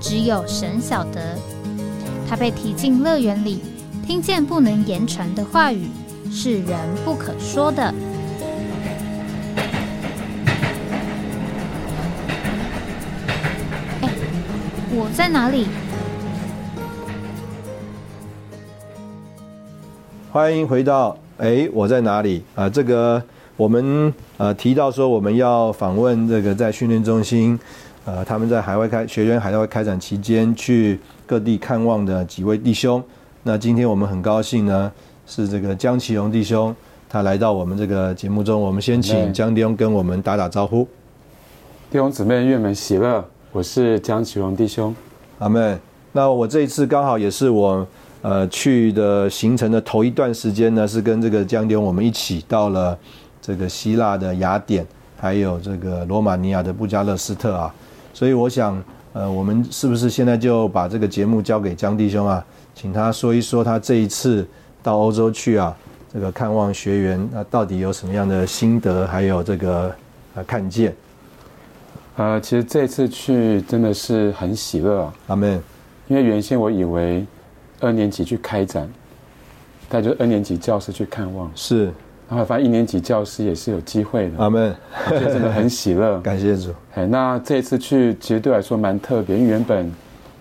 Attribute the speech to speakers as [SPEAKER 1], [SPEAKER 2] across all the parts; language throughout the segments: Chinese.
[SPEAKER 1] 只有神晓得。他被提进乐园里，听见不能言传的话语，是人不可说的。哎我在哪里？
[SPEAKER 2] 欢迎回到哎，我在哪里啊、这个我们呃提到说我们要访问这个在训练中心，呃，他们在海外开学员海外开展期间去各地看望的几位弟兄。那今天我们很高兴呢，是这个江启荣弟兄他来到我们这个节目中，我们先请
[SPEAKER 3] 对
[SPEAKER 2] 江弟兄跟我们打打招呼。
[SPEAKER 3] 弟兄姊妹，愿你们喜乐。我是江启荣弟兄。
[SPEAKER 2] 阿门。那我这一次刚好也是我呃去的行程的头一段时间呢，是跟这个江弟兄我们一起到了这个希腊的雅典，还有这个罗马尼亚的布加勒斯特啊。所以我想，呃，我们是不是现在就把这个节目交给江弟兄啊，请他说一说他这一次到欧洲去啊，这个看望学员，那到底有什么样的心得，还有这个呃看见？
[SPEAKER 3] 呃，其实这次去真的是很喜乐啊，
[SPEAKER 2] 阿门。
[SPEAKER 3] 因为原先我以为二年级去开展，但就是二年级教师去看望，
[SPEAKER 2] 是，
[SPEAKER 3] 然后发现一年级教师也是有机会 的，
[SPEAKER 2] 阿门。
[SPEAKER 3] 所以真的很 喜乐。
[SPEAKER 2] 感谢主。
[SPEAKER 3] 哎，那这次去其实对我来说蛮特别，因为原本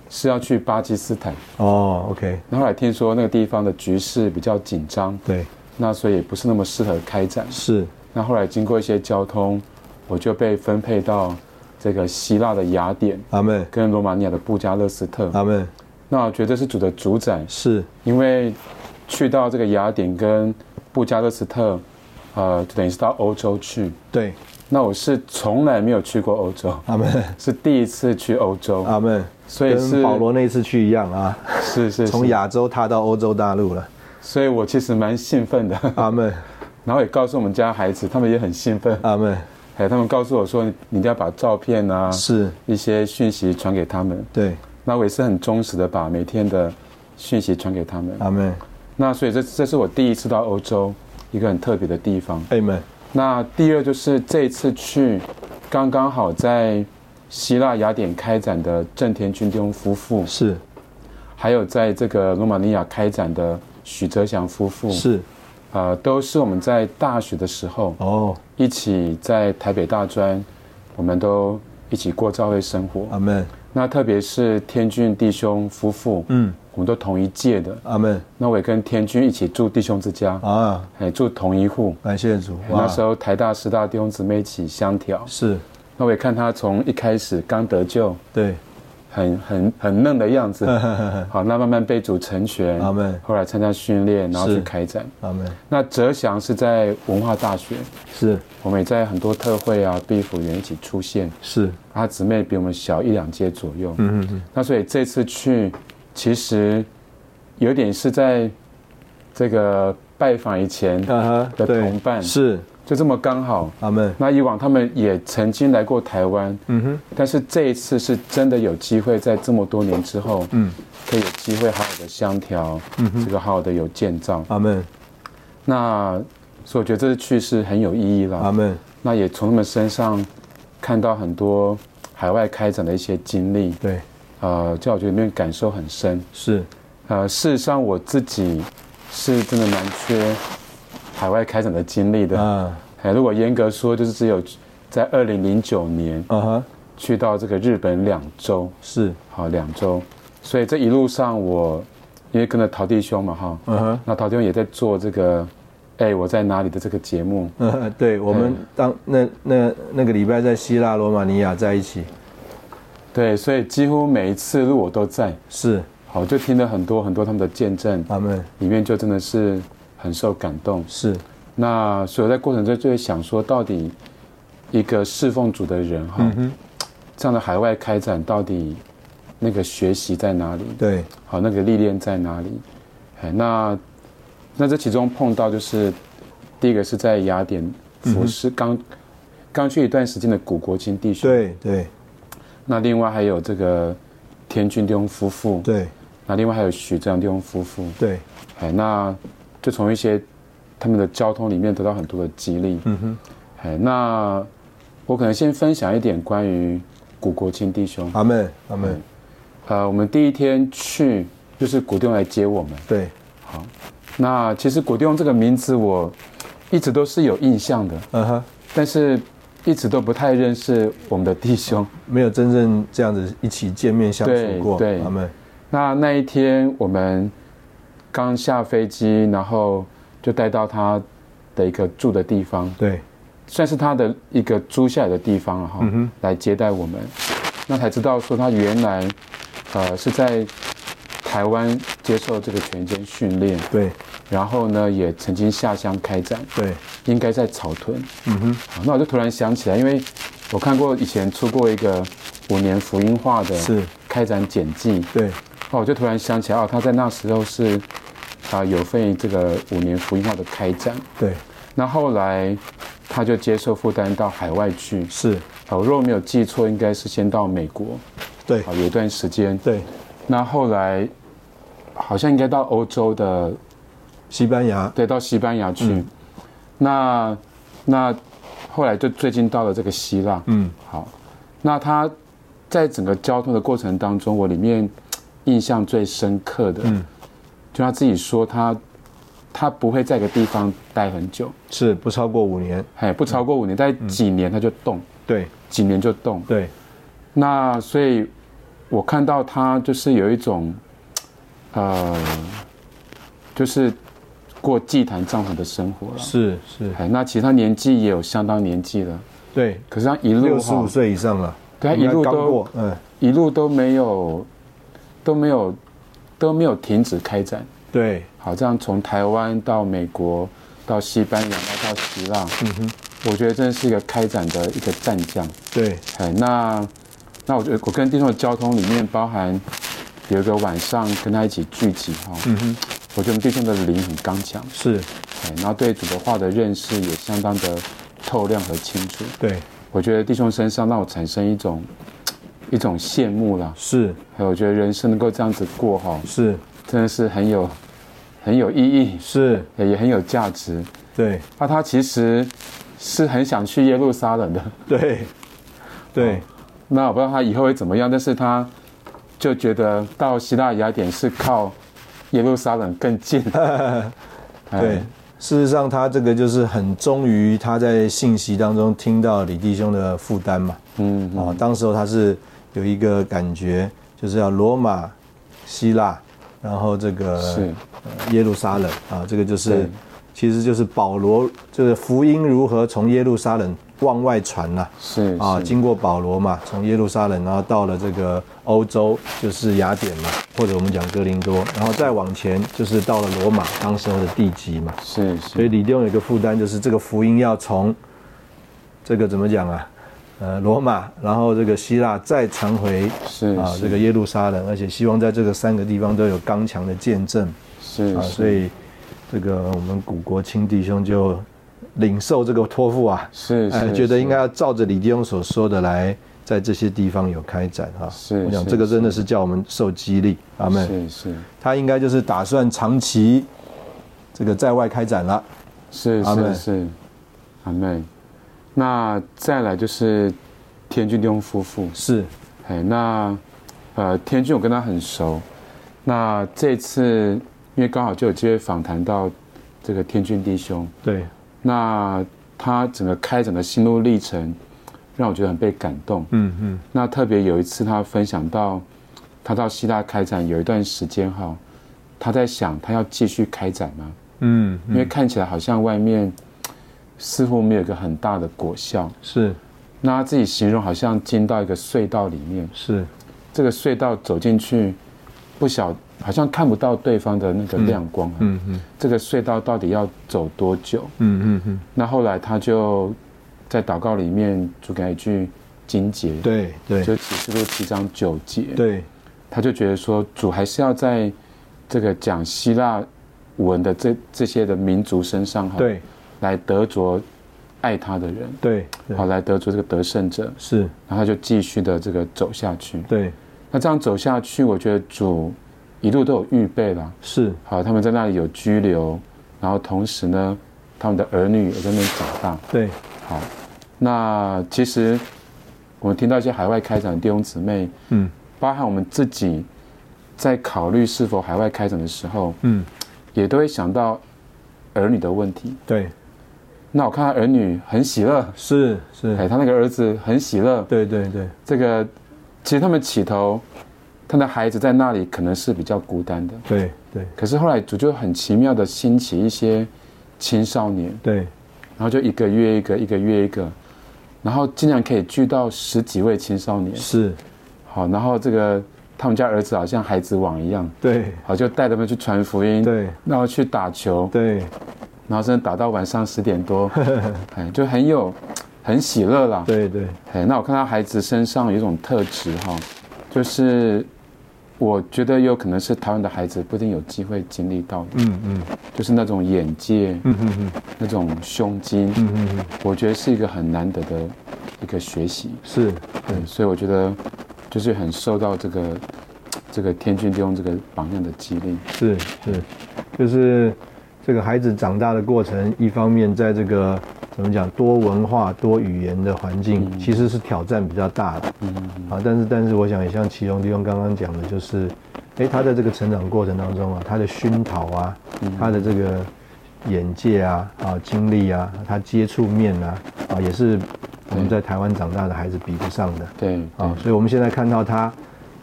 [SPEAKER 3] 是要去巴基斯坦，
[SPEAKER 2] 哦，OK，
[SPEAKER 3] 那后来听说那个地方的局势比较紧张，
[SPEAKER 2] 对，
[SPEAKER 3] 那所以也不是那么适合开展。
[SPEAKER 2] 是。
[SPEAKER 3] 那后来经过一些交通，我就被分配到这个希腊的雅典
[SPEAKER 2] 阿门，
[SPEAKER 3] 跟罗马尼亚的布加勒斯特。
[SPEAKER 2] 阿门，
[SPEAKER 3] 那我觉得这是主的主宰，
[SPEAKER 2] 是
[SPEAKER 3] 因为去到这个雅典跟布加勒斯特，呃，就等于是到欧洲去。
[SPEAKER 2] 对，
[SPEAKER 3] 那我是从来没有去过欧洲，
[SPEAKER 2] 阿门，
[SPEAKER 3] 是第一次去欧洲，
[SPEAKER 2] 阿门，
[SPEAKER 3] 所以
[SPEAKER 2] 啊跟
[SPEAKER 3] 是
[SPEAKER 2] 保罗那一次去一样啊，
[SPEAKER 3] 是是
[SPEAKER 2] 从
[SPEAKER 3] 是
[SPEAKER 2] 亚洲踏到欧洲大陆了，
[SPEAKER 3] 所以我其实蛮兴奋的。
[SPEAKER 2] 阿门，
[SPEAKER 3] 然后也告诉我们家孩子，他们也很兴奋，
[SPEAKER 2] 阿门，
[SPEAKER 3] 哎，他们告诉我说，你你一定要把照片啊，
[SPEAKER 2] 是，
[SPEAKER 3] 一些讯息传给他们。
[SPEAKER 2] 对，
[SPEAKER 3] 那我也是很忠实的把每天的讯息传给他们。
[SPEAKER 2] 阿门，
[SPEAKER 3] 那所以这这是我第一次到欧洲一个很特别的地方。
[SPEAKER 2] 阿门，
[SPEAKER 3] 那第二就是这一次去，刚刚好在希腊雅典开展的正田军中夫妇，
[SPEAKER 2] 是
[SPEAKER 3] 还有在这个罗马尼亚开展的许哲祥夫妇，
[SPEAKER 2] 是，
[SPEAKER 3] 呃，都是我们在大学的时候
[SPEAKER 2] 哦，
[SPEAKER 3] 一起在台北大专，我们都一起过教会生活。
[SPEAKER 2] 阿门，
[SPEAKER 3] 那特别是天俊弟兄夫妇，
[SPEAKER 2] 嗯，
[SPEAKER 3] 我们都同一届的。
[SPEAKER 2] 阿门，
[SPEAKER 3] 那我也跟天君一起住弟兄之家，
[SPEAKER 2] 啊，
[SPEAKER 3] 哎，住同一户。
[SPEAKER 2] 感谢主，
[SPEAKER 3] 那时候台大、师大弟兄姊妹一起相调。
[SPEAKER 2] 是，
[SPEAKER 3] 那我也看他从一开始刚得救，
[SPEAKER 2] 对，
[SPEAKER 3] 很很很嫩的 样子，好，那慢慢被主成全。
[SPEAKER 2] 阿门
[SPEAKER 3] 后来参加训练，然后
[SPEAKER 2] 是
[SPEAKER 3] 去开展。
[SPEAKER 2] 阿门，
[SPEAKER 3] 那哲祥是在文化大学，
[SPEAKER 2] 是
[SPEAKER 3] 我们也在很多特会啊、毕辅员一起出现。
[SPEAKER 2] 是，
[SPEAKER 3] 他姊妹比我们小一两届左右。
[SPEAKER 2] 嗯嗯嗯，
[SPEAKER 3] 那所以这次去，其实有点是在这个拜访以前
[SPEAKER 2] 啊哈，
[SPEAKER 3] 的
[SPEAKER 2] 对
[SPEAKER 3] 同伴
[SPEAKER 2] 是，
[SPEAKER 3] 就这么刚好。
[SPEAKER 2] 阿门，
[SPEAKER 3] 那以往他们也曾经来过台湾，
[SPEAKER 2] 嗯哼，
[SPEAKER 3] 但是这一次是真的有机会，在这么多年之后，
[SPEAKER 2] 嗯，
[SPEAKER 3] 可以有机会好好的相调，这个好好的有建造。
[SPEAKER 2] 阿门，
[SPEAKER 3] 那所以我觉得这次去是很有意义
[SPEAKER 2] 阿
[SPEAKER 3] 啦。
[SPEAKER 2] 门，
[SPEAKER 3] 那也从他们身上看到很多海外开展的一些经历，
[SPEAKER 2] 对，
[SPEAKER 3] 呃，在我觉得里面感受很深。
[SPEAKER 2] 是，
[SPEAKER 3] 呃，事实上我自己是真的蛮缺海外开展的经历的。
[SPEAKER 2] 啊，
[SPEAKER 3] 哎，如果严格说，就是只有在二零零九年
[SPEAKER 2] 啊哈，
[SPEAKER 3] 去到这个日本两周，
[SPEAKER 2] 是，
[SPEAKER 3] 好两周，所以这一路上我因为跟着陶弟兄嘛哈，
[SPEAKER 2] 嗯哼。
[SPEAKER 3] 那陶弟兄也在做这个，哎，我在哪里的这个节目，
[SPEAKER 2] 呃， 对，我们
[SPEAKER 3] 嗯
[SPEAKER 2] 当那那那个礼拜在希腊、罗马尼亚在一起，
[SPEAKER 3] 对，所以几乎每一次路我都在，
[SPEAKER 2] 是
[SPEAKER 3] 好，我就听了很多很多他们的见证，
[SPEAKER 2] 他们
[SPEAKER 3] 里面就真的是很受感动。
[SPEAKER 2] 是
[SPEAKER 3] 那所以我在过程中就会想说，到底
[SPEAKER 2] 嗯
[SPEAKER 3] 一个侍奉主的人哈，这样的海外开展到底那个学习在哪里，
[SPEAKER 2] 对，
[SPEAKER 3] 好，那个历练在哪里？哎，那那这其中碰到就是第一个是在雅典
[SPEAKER 2] 嗯
[SPEAKER 3] 服侍刚刚去一段时间的古国清弟兄，，
[SPEAKER 2] 对，对，
[SPEAKER 3] 那另外还有这个田俊弟兄夫妇，，
[SPEAKER 2] 对，
[SPEAKER 3] 那另外还有许正阳弟兄夫妇，
[SPEAKER 2] 对，
[SPEAKER 3] 哎，那就从一些他们的交通里面得到很多的激励，
[SPEAKER 2] 嗯哼，
[SPEAKER 3] 哎，那我可能先分享一点关于古国清弟兄，
[SPEAKER 2] 阿门，阿门，
[SPEAKER 3] 呃，我们第一天去就是古弟兄来接我们。
[SPEAKER 2] 对，
[SPEAKER 3] 那其实“果弟兄”这个名字我一直都是有印象的，
[SPEAKER 2] 嗯哼，
[SPEAKER 3] 但是一直都不太认识我们的弟兄。
[SPEAKER 2] 没有真正这样子一起见面相处
[SPEAKER 3] 对
[SPEAKER 2] 过，
[SPEAKER 3] 对
[SPEAKER 2] 阿门，
[SPEAKER 3] 那那一天我们刚下飞机，然后就带到他的一个住的地方，
[SPEAKER 2] 对，
[SPEAKER 3] 算是他的一个租下来的地方了哈，
[SPEAKER 2] 嗯哼
[SPEAKER 3] 来接待我们。那才知道说他原来呃是在台湾接受这个全间训练，
[SPEAKER 2] 对，
[SPEAKER 3] 然后呢也曾经下乡开展，
[SPEAKER 2] 对，
[SPEAKER 3] 应该在草屯。
[SPEAKER 2] 嗯哼，
[SPEAKER 3] 好那我就突然想起来，因为我看过以前出过一个五年福音化的
[SPEAKER 2] 是
[SPEAKER 3] 开展简记，
[SPEAKER 2] 对，
[SPEAKER 3] 哦，我就突然想起来，哦，他在那时候是啊、有份于这个五年福音化的开展，
[SPEAKER 2] 对，
[SPEAKER 3] 那后来他就接受负担到海外去，
[SPEAKER 2] 是，
[SPEAKER 3] 哦，如果没有记错，应该是先到美国，
[SPEAKER 2] 对
[SPEAKER 3] 啊、，有一段时间，
[SPEAKER 2] 对，
[SPEAKER 3] 那后来好像应该到欧洲的
[SPEAKER 2] 西班牙，
[SPEAKER 3] 对，到西班牙去。
[SPEAKER 2] 嗯
[SPEAKER 3] 那那后来就最近到了这个希腊。
[SPEAKER 2] 嗯，
[SPEAKER 3] 好，那他在整个交通的过程当中，我里面印象最深刻的，
[SPEAKER 2] 嗯
[SPEAKER 3] 就他自己说他他不会在一个地方待很久，
[SPEAKER 2] 是不超过五年，
[SPEAKER 3] 哎，不超过五
[SPEAKER 2] 嗯
[SPEAKER 3] 年，大概几年他就动，
[SPEAKER 2] 对，
[SPEAKER 3] 几年就动。
[SPEAKER 2] 对，
[SPEAKER 3] 那所以，我看到他就是有一种，呃，就是过祭坛帐篷的生活了。
[SPEAKER 2] 是是，
[SPEAKER 3] 哎，那其实他年纪也有相当年纪了，
[SPEAKER 2] 对，
[SPEAKER 3] 可是他一路
[SPEAKER 2] 六十
[SPEAKER 3] 哈
[SPEAKER 2] 五，岁以上了，
[SPEAKER 3] 对他
[SPEAKER 2] 应
[SPEAKER 3] 一
[SPEAKER 2] 该
[SPEAKER 3] 路
[SPEAKER 2] 刚
[SPEAKER 3] 都
[SPEAKER 2] 过，嗯，
[SPEAKER 3] 一路都没有都没有都没有停止开展。
[SPEAKER 2] 对，
[SPEAKER 3] 好，这样从台湾到美国，到西班牙，再到希腊，
[SPEAKER 2] 嗯哼，
[SPEAKER 3] 我觉得真的是一个开展的一个战将。
[SPEAKER 2] 对，
[SPEAKER 3] 哎，那那我觉得我跟弟兄的交通里面包含有一个晚上跟他一起聚集哈，
[SPEAKER 2] 嗯哼，
[SPEAKER 3] 我觉得我们弟兄的灵很刚强，
[SPEAKER 2] 是，
[SPEAKER 3] 哎，然后对主的话的认识也相当的透亮和清楚。
[SPEAKER 2] 对，
[SPEAKER 3] 我觉得弟兄身上让我产生一种一种羡慕啦，
[SPEAKER 2] 是
[SPEAKER 3] 还有我觉得人生能够这样子过哈，
[SPEAKER 2] 是
[SPEAKER 3] 真的是很有很有意义，
[SPEAKER 2] 是，
[SPEAKER 3] 也也很有价值。
[SPEAKER 2] 对
[SPEAKER 3] 那他其实是很想去耶路撒冷的，
[SPEAKER 2] 对对，
[SPEAKER 3] 那我不知道他以后会怎么样，但是他就觉得到希腊雅典是靠耶路撒冷更近。 哎
[SPEAKER 2] 对，事实上，他这个就是很忠于他在信息当中听到李弟兄的负担嘛。
[SPEAKER 3] 嗯，嗯
[SPEAKER 2] 哦，当时候他是有一个感觉，就是要罗马、希腊，然后这个
[SPEAKER 3] 是
[SPEAKER 2] 呃耶路撒冷啊，这个就是
[SPEAKER 3] 对，
[SPEAKER 2] 其实就是保罗，就是福音如何从耶路撒冷往外传呐、
[SPEAKER 3] 是
[SPEAKER 2] 啊，
[SPEAKER 3] 是
[SPEAKER 2] 经过保罗嘛，从耶路撒冷，然后到了这个欧洲，就是雅典嘛，或者我们讲哥林多，然后再往前就是到了罗马，当时候的地级嘛。
[SPEAKER 3] 是
[SPEAKER 2] 所以
[SPEAKER 3] 是，
[SPEAKER 2] 李定有一个负担，就是这个福音要从这个怎么讲啊？呃，罗马，然后这个希腊，再传回
[SPEAKER 3] 是
[SPEAKER 2] 啊
[SPEAKER 3] 是
[SPEAKER 2] 这个耶路撒冷，而且希望在这个三个地方都有刚强的见证
[SPEAKER 3] 是
[SPEAKER 2] 啊，
[SPEAKER 3] 是
[SPEAKER 2] 所以这个我们古国亲弟兄就领受这个托付啊，
[SPEAKER 3] 是
[SPEAKER 2] 哎，
[SPEAKER 3] 是
[SPEAKER 2] 觉得
[SPEAKER 3] 是
[SPEAKER 2] 应该要照着李弟兄所说的来，在这些地方有开展哈、
[SPEAKER 3] 是
[SPEAKER 2] 我想
[SPEAKER 3] 是
[SPEAKER 2] 这个真的是叫我们受激励，阿门。
[SPEAKER 3] 是是
[SPEAKER 2] 他应该就是打算长期这个在外开展了，
[SPEAKER 3] 是
[SPEAKER 2] 阿
[SPEAKER 3] 是
[SPEAKER 2] 妹
[SPEAKER 3] 是，阿妹。那再来就是天俊弟兄夫妇，
[SPEAKER 2] 是
[SPEAKER 3] 哎，那呃，天俊我跟他很熟。那这次因为刚好就有机会访谈到这个天俊弟兄，
[SPEAKER 2] 对，
[SPEAKER 3] 那他整个开展的心路历程，让我觉得很被感动。
[SPEAKER 2] 嗯嗯，
[SPEAKER 3] 那特别有一次他分享到，他到希腊开展有一段时间哈，他在想他要继续开展吗？
[SPEAKER 2] 嗯，
[SPEAKER 3] 因为
[SPEAKER 2] 嗯
[SPEAKER 3] 看起来好像外面似乎没有一个很大的果效。
[SPEAKER 2] 是
[SPEAKER 3] 那他自己形容好像进到一个隧道里面，
[SPEAKER 2] 是，
[SPEAKER 3] 这个隧道走进去，不晓好像看不到对方的那个亮光、啊。
[SPEAKER 2] 嗯嗯
[SPEAKER 3] 这个隧道到底要走多久？
[SPEAKER 2] 嗯嗯嗯，
[SPEAKER 3] 那后来他就在祷告里面主给他一句经节，，
[SPEAKER 2] 对对
[SPEAKER 3] 就启示录七章九节。
[SPEAKER 2] 对
[SPEAKER 3] 他就觉得说，主还是要在这个讲希腊文的这这些的民族身上哈，
[SPEAKER 2] 对
[SPEAKER 3] 来得着爱他的人，
[SPEAKER 2] 对对
[SPEAKER 3] 好来得着这个得胜者，
[SPEAKER 2] 是，
[SPEAKER 3] 然后他就继续的这个走下去。
[SPEAKER 2] 对
[SPEAKER 3] 那这样走下去，我觉得主一路都有预备啦。
[SPEAKER 2] 是，
[SPEAKER 3] 好，他们在那里有拘留，然后同时呢，他们的儿女也在那边长大。
[SPEAKER 2] 对
[SPEAKER 3] 好，那其实我们听到一些海外开展的弟兄姊妹，
[SPEAKER 2] 嗯
[SPEAKER 3] 包含我们自己，在考虑是否海外开展的时候，
[SPEAKER 2] 嗯
[SPEAKER 3] 也都会想到儿女的问题。
[SPEAKER 2] 对
[SPEAKER 3] 那我看他儿女很喜乐，
[SPEAKER 2] 是
[SPEAKER 3] 哎，
[SPEAKER 2] 是，
[SPEAKER 3] 他那个儿子很喜乐。
[SPEAKER 2] 对对对
[SPEAKER 3] 这个其实他们起头，他的孩子在那里可能是比较孤单的，
[SPEAKER 2] 对对
[SPEAKER 3] 可是后来主就很奇妙的兴起一些青少年，
[SPEAKER 2] 对
[SPEAKER 3] 然后就一个月一个，一个月一个，然后竟然可以聚到十几位青少年。
[SPEAKER 2] 是，
[SPEAKER 3] 好，然后这个他们家儿子好像孩子王一样，
[SPEAKER 2] 对
[SPEAKER 3] 好就带他们去传福音，
[SPEAKER 2] 对
[SPEAKER 3] 然后去打球，
[SPEAKER 2] 对
[SPEAKER 3] 然后甚至打到晚上十 点多，哎，就很有很喜乐啦。
[SPEAKER 2] 对对
[SPEAKER 3] 哎，那我看到孩子身上有一种特质哈、就是我觉得有可能是台湾的孩子不一定有机会经历到的，
[SPEAKER 2] 嗯嗯
[SPEAKER 3] 就是那种眼界，
[SPEAKER 2] 嗯嗯嗯
[SPEAKER 3] 那种胸襟，
[SPEAKER 2] 嗯嗯嗯，
[SPEAKER 3] 我觉得是一个很难得的一个学习。
[SPEAKER 2] 是，
[SPEAKER 3] 对，所以我觉得就是很受到这个这个天俊弟兄这个榜样的激励。
[SPEAKER 2] 是是，就是这个孩子长大的过程，一方面在这个怎么讲多文化、多语言的环境，
[SPEAKER 3] 嗯
[SPEAKER 2] 其实是挑战比较大的。
[SPEAKER 3] 嗯，
[SPEAKER 2] 啊，但是但是我想也像祁隆弟兄刚刚讲的，就是，诶，他在这个成长过程当中啊，他的熏陶啊，
[SPEAKER 3] 嗯
[SPEAKER 2] 他的这个眼界啊，啊经历啊，他接触面啊，啊也是我们在台湾长大的孩子比不上的
[SPEAKER 3] 对，
[SPEAKER 2] 啊
[SPEAKER 3] 对，，
[SPEAKER 2] 所以我们现在看到他，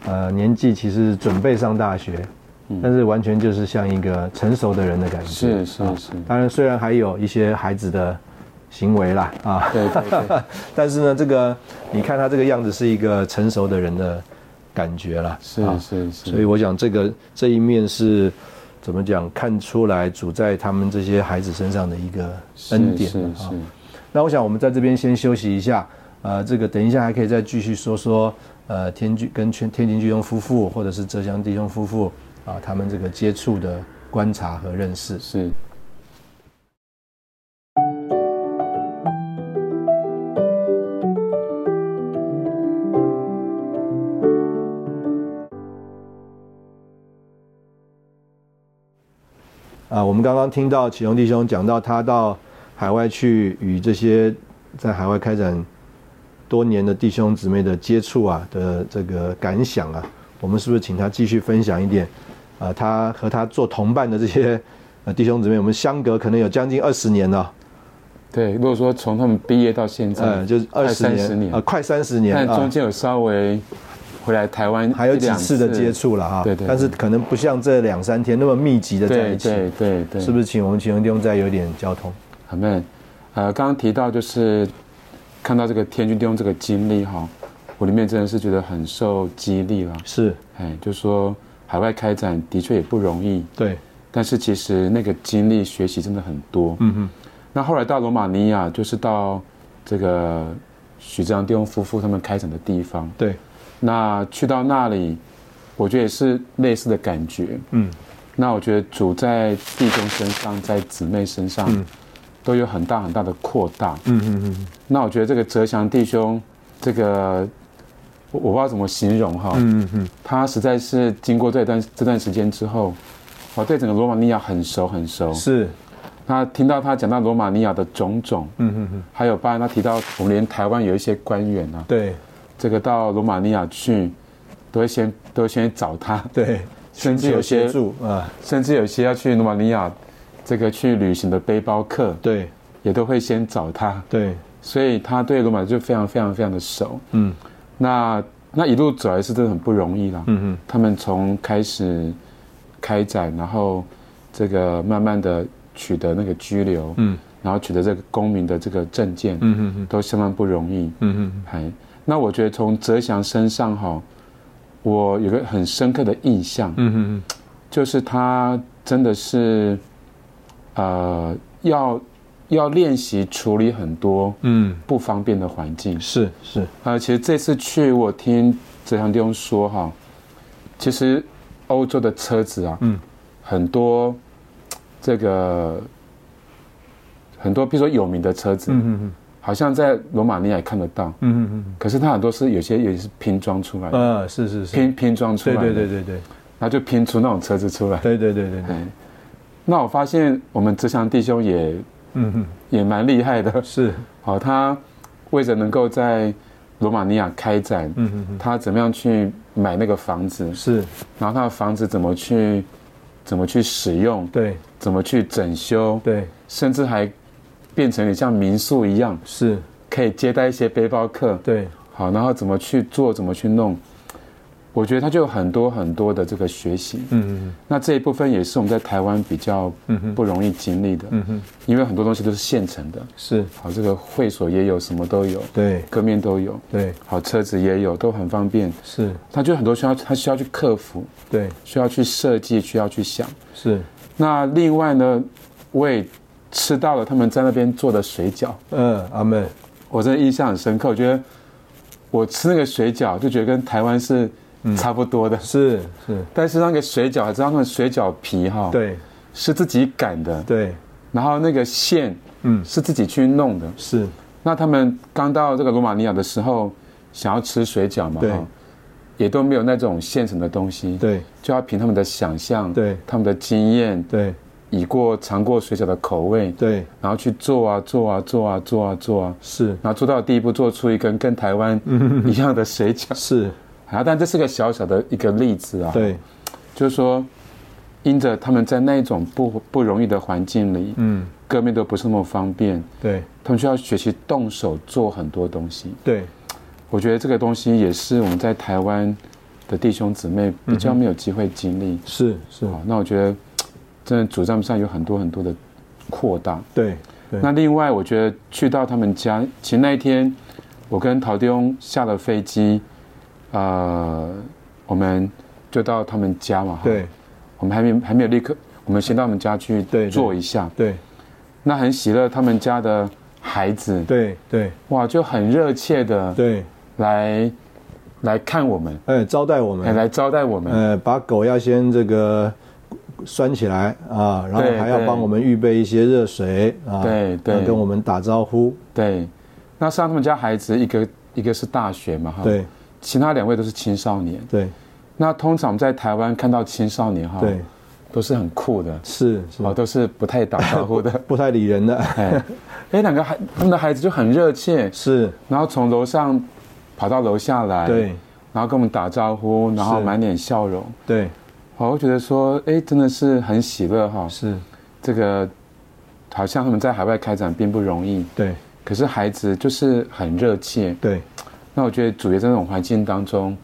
[SPEAKER 2] 呃，年纪其实准备上大学，但是完全就是像一个成熟的人的感觉。
[SPEAKER 3] 嗯是是
[SPEAKER 2] 啊
[SPEAKER 3] 是
[SPEAKER 2] 当然，虽然还有一些孩子的行为啦，啊，
[SPEAKER 3] 对对 对，
[SPEAKER 2] 但是呢，这个你看他这个样子是一个成熟的人的感觉啦，啊
[SPEAKER 3] 是是是，
[SPEAKER 2] 哦所以我想这个这一面是怎么讲，看出来主在他们这些孩子身上的一个恩典
[SPEAKER 3] 是
[SPEAKER 2] 啊
[SPEAKER 3] 是。
[SPEAKER 2] 那我想我们在这边先休息一下，呃，这个等一下还可以再继续说说，呃，天居跟天天庭居庸夫妇或者是浙江弟兄夫妇啊、他们这个接触的观察和认识。
[SPEAKER 3] 是是
[SPEAKER 2] 啊，我们刚刚听到启荣弟兄讲到他到海外去与这些在海外开展多年的弟兄姊妹的接触啊的这个感想啊，我们是不是请他继续分享一点？啊，他和他做同伴的这些呃弟兄姊妹，我们相隔可能有将近二十年了、
[SPEAKER 3] 对，如果说从他们毕业到现在，
[SPEAKER 2] 呃，就是二十
[SPEAKER 3] 嗯快
[SPEAKER 2] 年，
[SPEAKER 3] 30年
[SPEAKER 2] 呃，快三十年
[SPEAKER 3] 但
[SPEAKER 2] 啊，
[SPEAKER 3] 中间有稍微回来台湾
[SPEAKER 2] 还有几
[SPEAKER 3] 一两
[SPEAKER 2] 次的接，触了啊，
[SPEAKER 3] 对对
[SPEAKER 2] 但是可能不像这两三天那么密集的在
[SPEAKER 3] 对
[SPEAKER 2] 一起，
[SPEAKER 3] 对对对，
[SPEAKER 2] 是不是？请我们启荣弟兄再有点交通，
[SPEAKER 3] 阿妹，呃，刚刚提到就是看到这个天君弟兄这个经历哈，我里面真的是觉得很受激励啦。
[SPEAKER 2] 是
[SPEAKER 3] 哎，就说海外开展的确也不容易，
[SPEAKER 2] 对，
[SPEAKER 3] 但是其实那个经历学习真的很多。
[SPEAKER 2] 嗯嗯，
[SPEAKER 3] 那后来到罗马尼亚，就是到这个许章弟兄夫妇他们开展的地方，
[SPEAKER 2] 对，
[SPEAKER 3] 那去到那里，我觉得也是类似的感觉。
[SPEAKER 2] 嗯。
[SPEAKER 3] 那我觉得主在弟兄身上，在姊妹身上，都有很大很大的扩大。
[SPEAKER 2] 嗯嗯嗯
[SPEAKER 3] 那我觉得这个哲祥弟兄，这个我我不知道怎么形容哈，
[SPEAKER 2] 嗯嗯
[SPEAKER 3] 他实在是经过这段这段时间之后，我对整个罗马尼亚很熟很熟
[SPEAKER 2] 嗯，。是，
[SPEAKER 3] 那听到他讲到罗马尼亚的种种，
[SPEAKER 2] 嗯嗯嗯，
[SPEAKER 3] 还有包含他提到我们连台湾有一些官员啊，
[SPEAKER 2] 对
[SPEAKER 3] 这个到罗马尼亚去，都会先都会先找他，
[SPEAKER 2] 对，
[SPEAKER 3] 甚至有些
[SPEAKER 2] 协助啊，
[SPEAKER 3] 甚至有些要去罗马尼亚这个去旅行的背包客，
[SPEAKER 2] 对
[SPEAKER 3] 也都会先找他，
[SPEAKER 2] 对，
[SPEAKER 3] 所以他对罗马就非常非常非常的熟。
[SPEAKER 2] 嗯
[SPEAKER 3] 那那一路走来是真的很不容易啦。
[SPEAKER 2] 嗯嗯，
[SPEAKER 3] 他们从开始开展，然后这个慢慢的取得那个居留，
[SPEAKER 2] 嗯
[SPEAKER 3] 然后取得这个公民的这个证件，
[SPEAKER 2] 嗯嗯嗯
[SPEAKER 3] 都相当不容易。
[SPEAKER 2] 嗯嗯，
[SPEAKER 3] 哎，那我觉得从哲祥身上哈，我有个很深刻的印象，
[SPEAKER 2] 嗯嗯
[SPEAKER 3] 就是他真的是，呃，要要练习处理很多
[SPEAKER 2] 嗯，
[SPEAKER 3] 不方便的环境。呃
[SPEAKER 2] 是是，
[SPEAKER 3] 啊，其实这次去我听泽祥弟兄说哈，其实欧洲的车子啊，
[SPEAKER 2] 嗯
[SPEAKER 3] 很多这个很多，比如说有名的车子，
[SPEAKER 2] 嗯嗯
[SPEAKER 3] 好像在罗马尼亚也看得到，
[SPEAKER 2] 嗯嗯
[SPEAKER 3] 可是它很多是有些也是拼装出来
[SPEAKER 2] 嗯，
[SPEAKER 3] 的，
[SPEAKER 2] 呃，是是是，
[SPEAKER 3] 拼拼装出
[SPEAKER 2] 对
[SPEAKER 3] 来的，
[SPEAKER 2] 对对对对
[SPEAKER 3] 然后就拼出那种车子出来。
[SPEAKER 2] 对对对对对，
[SPEAKER 3] 哎，那我发现我们志祥弟兄也
[SPEAKER 2] 嗯嗯，
[SPEAKER 3] 也蛮厉害的，
[SPEAKER 2] 是，
[SPEAKER 3] 好、他为着能够在罗马尼亚开展，
[SPEAKER 2] 嗯嗯嗯，
[SPEAKER 3] 他怎么样去买那个房子，
[SPEAKER 2] 是
[SPEAKER 3] 然后他的房子怎么去怎么去使用，
[SPEAKER 2] 对
[SPEAKER 3] 怎么去整修，
[SPEAKER 2] 对
[SPEAKER 3] 甚至还变成你像民宿一样，
[SPEAKER 2] 是，
[SPEAKER 3] 可以接待一些背包客，
[SPEAKER 2] 对，
[SPEAKER 3] 好，然后怎么去做，怎么去弄，我觉得他就有很多很多的这个学习。
[SPEAKER 2] 嗯嗯
[SPEAKER 3] 那这一部分也是我们在台湾比较
[SPEAKER 2] 嗯哼
[SPEAKER 3] 不容易经历的，
[SPEAKER 2] 嗯哼，
[SPEAKER 3] 因为很多东西都是现成的。
[SPEAKER 2] 是，
[SPEAKER 3] 好，这个会所也有，什么都有，
[SPEAKER 2] 对
[SPEAKER 3] 各面都有，
[SPEAKER 2] 对
[SPEAKER 3] 好，车子也有，都很方便。
[SPEAKER 2] 是，
[SPEAKER 3] 他就很多需要，他需要去克服，
[SPEAKER 2] 对
[SPEAKER 3] 需要去设计，需要去想。
[SPEAKER 2] 是，
[SPEAKER 3] 那另外呢，我也吃到了他们在那边做的水饺，
[SPEAKER 2] 嗯，阿妹，
[SPEAKER 3] 我真的印象很深刻。我觉得我吃那个水饺就觉得跟台湾是
[SPEAKER 2] 嗯
[SPEAKER 3] 差不多的，
[SPEAKER 2] 是是，
[SPEAKER 3] 但是那个水饺还知道那个水饺皮哈、，
[SPEAKER 2] 对
[SPEAKER 3] 是自己擀的，
[SPEAKER 2] 对，
[SPEAKER 3] 然后那个馅
[SPEAKER 2] 嗯
[SPEAKER 3] 是自己去弄的。
[SPEAKER 2] 是，
[SPEAKER 3] 那他们刚到这个罗马尼亚的时候，想要吃水饺嘛，
[SPEAKER 2] 对
[SPEAKER 3] 哈也都没有那种现成的东西，
[SPEAKER 2] 对
[SPEAKER 3] 就要凭他们的想象，
[SPEAKER 2] 对
[SPEAKER 3] 他们的经验，
[SPEAKER 2] 对
[SPEAKER 3] 以过尝过水饺的口味，
[SPEAKER 2] 对
[SPEAKER 3] 然后去做啊做啊做啊做啊做啊，
[SPEAKER 2] 是
[SPEAKER 3] 然后做到第一步做出一根跟台湾一样的水饺。
[SPEAKER 2] 是，
[SPEAKER 3] 啊，但这是个小小的一个例子啊，
[SPEAKER 2] 对，
[SPEAKER 3] 就是说，因着他们在那一种不不容易的环境里，
[SPEAKER 2] 嗯
[SPEAKER 3] 各面都不是那么方便，
[SPEAKER 2] 对
[SPEAKER 3] 他们需要学习动手做很多东西。
[SPEAKER 2] 对
[SPEAKER 3] 我觉得这个东西也是我们在台湾的弟兄姊妹比较没有机会经历。
[SPEAKER 2] 是是，
[SPEAKER 3] 好，那我觉得真的主张上有很多很多的扩大。
[SPEAKER 2] 对对
[SPEAKER 3] 那另外，我觉得去到他们家，其实那一天我跟陶弟兄下了飞机，呃，我们就到他们家嘛，哈，
[SPEAKER 2] 对
[SPEAKER 3] 我们还没还没有立刻，我们先到他们家去
[SPEAKER 2] 对对
[SPEAKER 3] 坐一下。
[SPEAKER 2] 对
[SPEAKER 3] 那很喜乐，他们家的孩子，
[SPEAKER 2] 对对
[SPEAKER 3] 哇，就很热切的
[SPEAKER 2] 对，
[SPEAKER 3] 来来看我们，
[SPEAKER 2] 哎，招待我
[SPEAKER 3] 哎
[SPEAKER 2] 们，
[SPEAKER 3] 来招待我们，
[SPEAKER 2] 呃，把狗要先这个拴起来啊，然后
[SPEAKER 3] 对
[SPEAKER 2] 还要
[SPEAKER 3] 对
[SPEAKER 2] 帮我们预备一些热水啊，
[SPEAKER 3] 对对
[SPEAKER 2] 要跟我们打招呼，
[SPEAKER 3] 对。那像他们家孩子，一个一个是大学嘛，哈，
[SPEAKER 2] 对
[SPEAKER 3] 其他两位都是青少年。
[SPEAKER 2] 对
[SPEAKER 3] 那通常我们在台湾看到青少年，哈，
[SPEAKER 2] 对，
[SPEAKER 3] 都是很酷的，
[SPEAKER 2] 是是，。
[SPEAKER 3] 哦，都是不太打招呼的
[SPEAKER 2] 不太理人的，
[SPEAKER 3] 哎，哎，两个孩他们的孩子就很热切，
[SPEAKER 2] 是，
[SPEAKER 3] 然后从楼上跑到楼下来，
[SPEAKER 2] 对，
[SPEAKER 3] 然后跟我们打招呼，然后
[SPEAKER 2] 是
[SPEAKER 3] 满脸笑容。
[SPEAKER 2] 对
[SPEAKER 3] 好，我觉得说，哎，真的是很喜乐哈、
[SPEAKER 2] 是，
[SPEAKER 3] 这个好像他们在海外开展并不容易，
[SPEAKER 2] 对
[SPEAKER 3] 可是孩子就是很热切。
[SPEAKER 2] 对，
[SPEAKER 3] 那我觉得主耶在那种环境当中，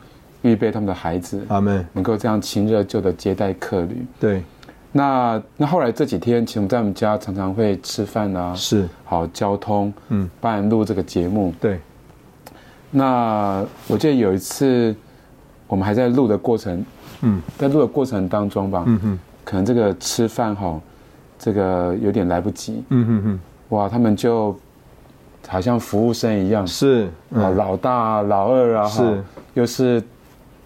[SPEAKER 3] 预备他们的孩子
[SPEAKER 2] 阿门，
[SPEAKER 3] 能够这样亲热就的接待客旅。
[SPEAKER 2] 对
[SPEAKER 3] 那那后来这几天，其实我们在我们家常常会吃饭啊，
[SPEAKER 2] 是，
[SPEAKER 3] 好交通，
[SPEAKER 2] 嗯
[SPEAKER 3] 办录这个节目。
[SPEAKER 2] 对
[SPEAKER 3] 那我记得有一次，我们还在录的过程，
[SPEAKER 2] 嗯
[SPEAKER 3] 在录的过程当中吧，
[SPEAKER 2] 嗯哼
[SPEAKER 3] 可能这个吃饭哈，这个有点来不及，
[SPEAKER 2] 嗯哼哼，
[SPEAKER 3] 哇，他们就好像服务生一样，
[SPEAKER 2] 是，
[SPEAKER 3] 啊，
[SPEAKER 2] 嗯
[SPEAKER 3] 老大啊、老二啊，哈
[SPEAKER 2] 是，
[SPEAKER 3] 又是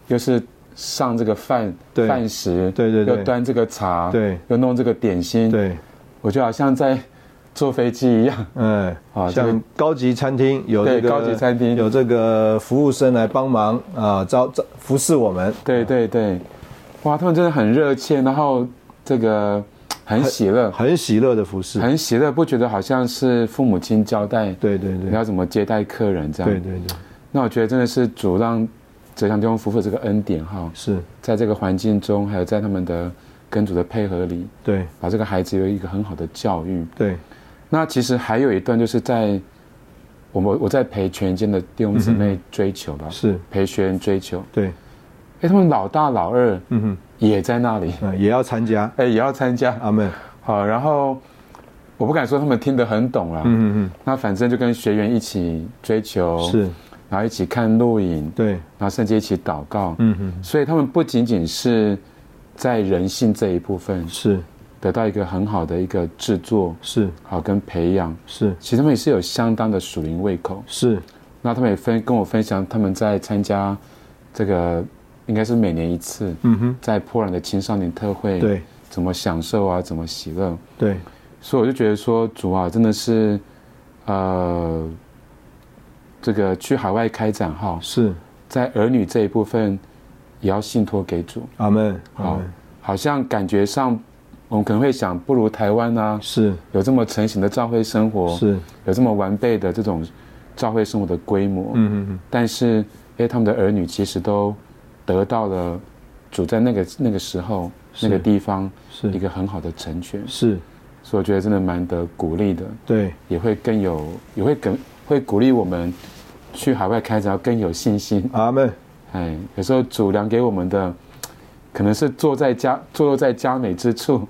[SPEAKER 3] 又是上这个饭
[SPEAKER 2] 对
[SPEAKER 3] 饭食，
[SPEAKER 2] 对对对
[SPEAKER 3] 又端这个茶，
[SPEAKER 2] 对
[SPEAKER 3] 又弄这个点心，，
[SPEAKER 2] 对。
[SPEAKER 3] 我就好像在坐飞机一样，
[SPEAKER 2] 嗯，
[SPEAKER 3] 啊这
[SPEAKER 2] 像
[SPEAKER 3] 个
[SPEAKER 2] 高级餐厅有这
[SPEAKER 3] 对
[SPEAKER 2] 个
[SPEAKER 3] 高级餐厅
[SPEAKER 2] 有这个服务生来帮忙啊，招招服侍我们。
[SPEAKER 3] 对对对，哇，他们真的很热切，然后这个很喜乐，
[SPEAKER 2] 很喜乐的服侍。
[SPEAKER 3] 很喜乐，不觉得好像是父母亲交代
[SPEAKER 2] 对对对
[SPEAKER 3] 你要怎么接待客人这样，
[SPEAKER 2] 对对对，
[SPEAKER 3] 那我觉得真的是主让哲祥弟兄夫妇这个恩典哈，
[SPEAKER 2] 是，
[SPEAKER 3] 在这个环境中，还有在他们的跟主的配合里，
[SPEAKER 2] 对
[SPEAKER 3] 把这个孩子有一个很好的教育。
[SPEAKER 2] 对
[SPEAKER 3] 那其实还有一段就是在我们我在陪全间的弟兄姊
[SPEAKER 2] 嗯
[SPEAKER 3] 妹追求吧，
[SPEAKER 2] 是，
[SPEAKER 3] 陪学员追求。
[SPEAKER 2] 对，
[SPEAKER 3] 哎，他们老大老二
[SPEAKER 2] 嗯
[SPEAKER 3] 也在那里，
[SPEAKER 2] 哼，啊也要参加。
[SPEAKER 3] 哎，也要参加。
[SPEAKER 2] 阿门。
[SPEAKER 3] 好，然后我不敢说他们听得很懂啦，
[SPEAKER 2] 嗯嗯
[SPEAKER 3] 那反正就跟学员一起追求，
[SPEAKER 2] 嗯，，是，
[SPEAKER 3] 然后一起看录影，
[SPEAKER 2] 对，
[SPEAKER 3] 然后甚至一起祷告，
[SPEAKER 2] 嗯嗯，
[SPEAKER 3] 所以他们不仅仅是在人性这一部分
[SPEAKER 2] 是
[SPEAKER 3] 得到一个很好的一个制作，
[SPEAKER 2] 是
[SPEAKER 3] 好跟培养，
[SPEAKER 2] 是
[SPEAKER 3] 其实他们也是有相当的属灵胃口。
[SPEAKER 2] 是，
[SPEAKER 3] 那他们也分跟我分享他们在参加这个应该是每年一次，
[SPEAKER 2] 嗯哼，
[SPEAKER 3] 在波兰的青少年特会，
[SPEAKER 2] 对
[SPEAKER 3] 怎么享受啊，怎么喜乐，
[SPEAKER 2] 对，
[SPEAKER 3] 所以我就觉得说，主啊，真的是，呃，这个去海外开展哈，
[SPEAKER 2] 是
[SPEAKER 3] 在儿女这一部分也要信托给主，
[SPEAKER 2] 阿门，阿
[SPEAKER 3] 好
[SPEAKER 2] 门，
[SPEAKER 3] 好像感觉上我们可能会想，不如台湾啊，
[SPEAKER 2] 是
[SPEAKER 3] 有这么成型的教会生活，
[SPEAKER 2] 是，
[SPEAKER 3] 有这么完备的这种教会生活的规模，
[SPEAKER 2] 嗯嗯嗯，
[SPEAKER 3] 但是哎，他们的儿女其实都得到了主在那个那个时候
[SPEAKER 2] 是
[SPEAKER 3] 那个地方一
[SPEAKER 2] 是
[SPEAKER 3] 个很好的成全，
[SPEAKER 2] 是，
[SPEAKER 3] 所以我觉得真的蛮得鼓励的，
[SPEAKER 2] 对，
[SPEAKER 3] 也会更有也会更会鼓励我们去海外开展要更有信心。
[SPEAKER 2] 阿门，
[SPEAKER 3] 哎，有时候主粮给我们的。可能是坐在家坐落在佳美之 处，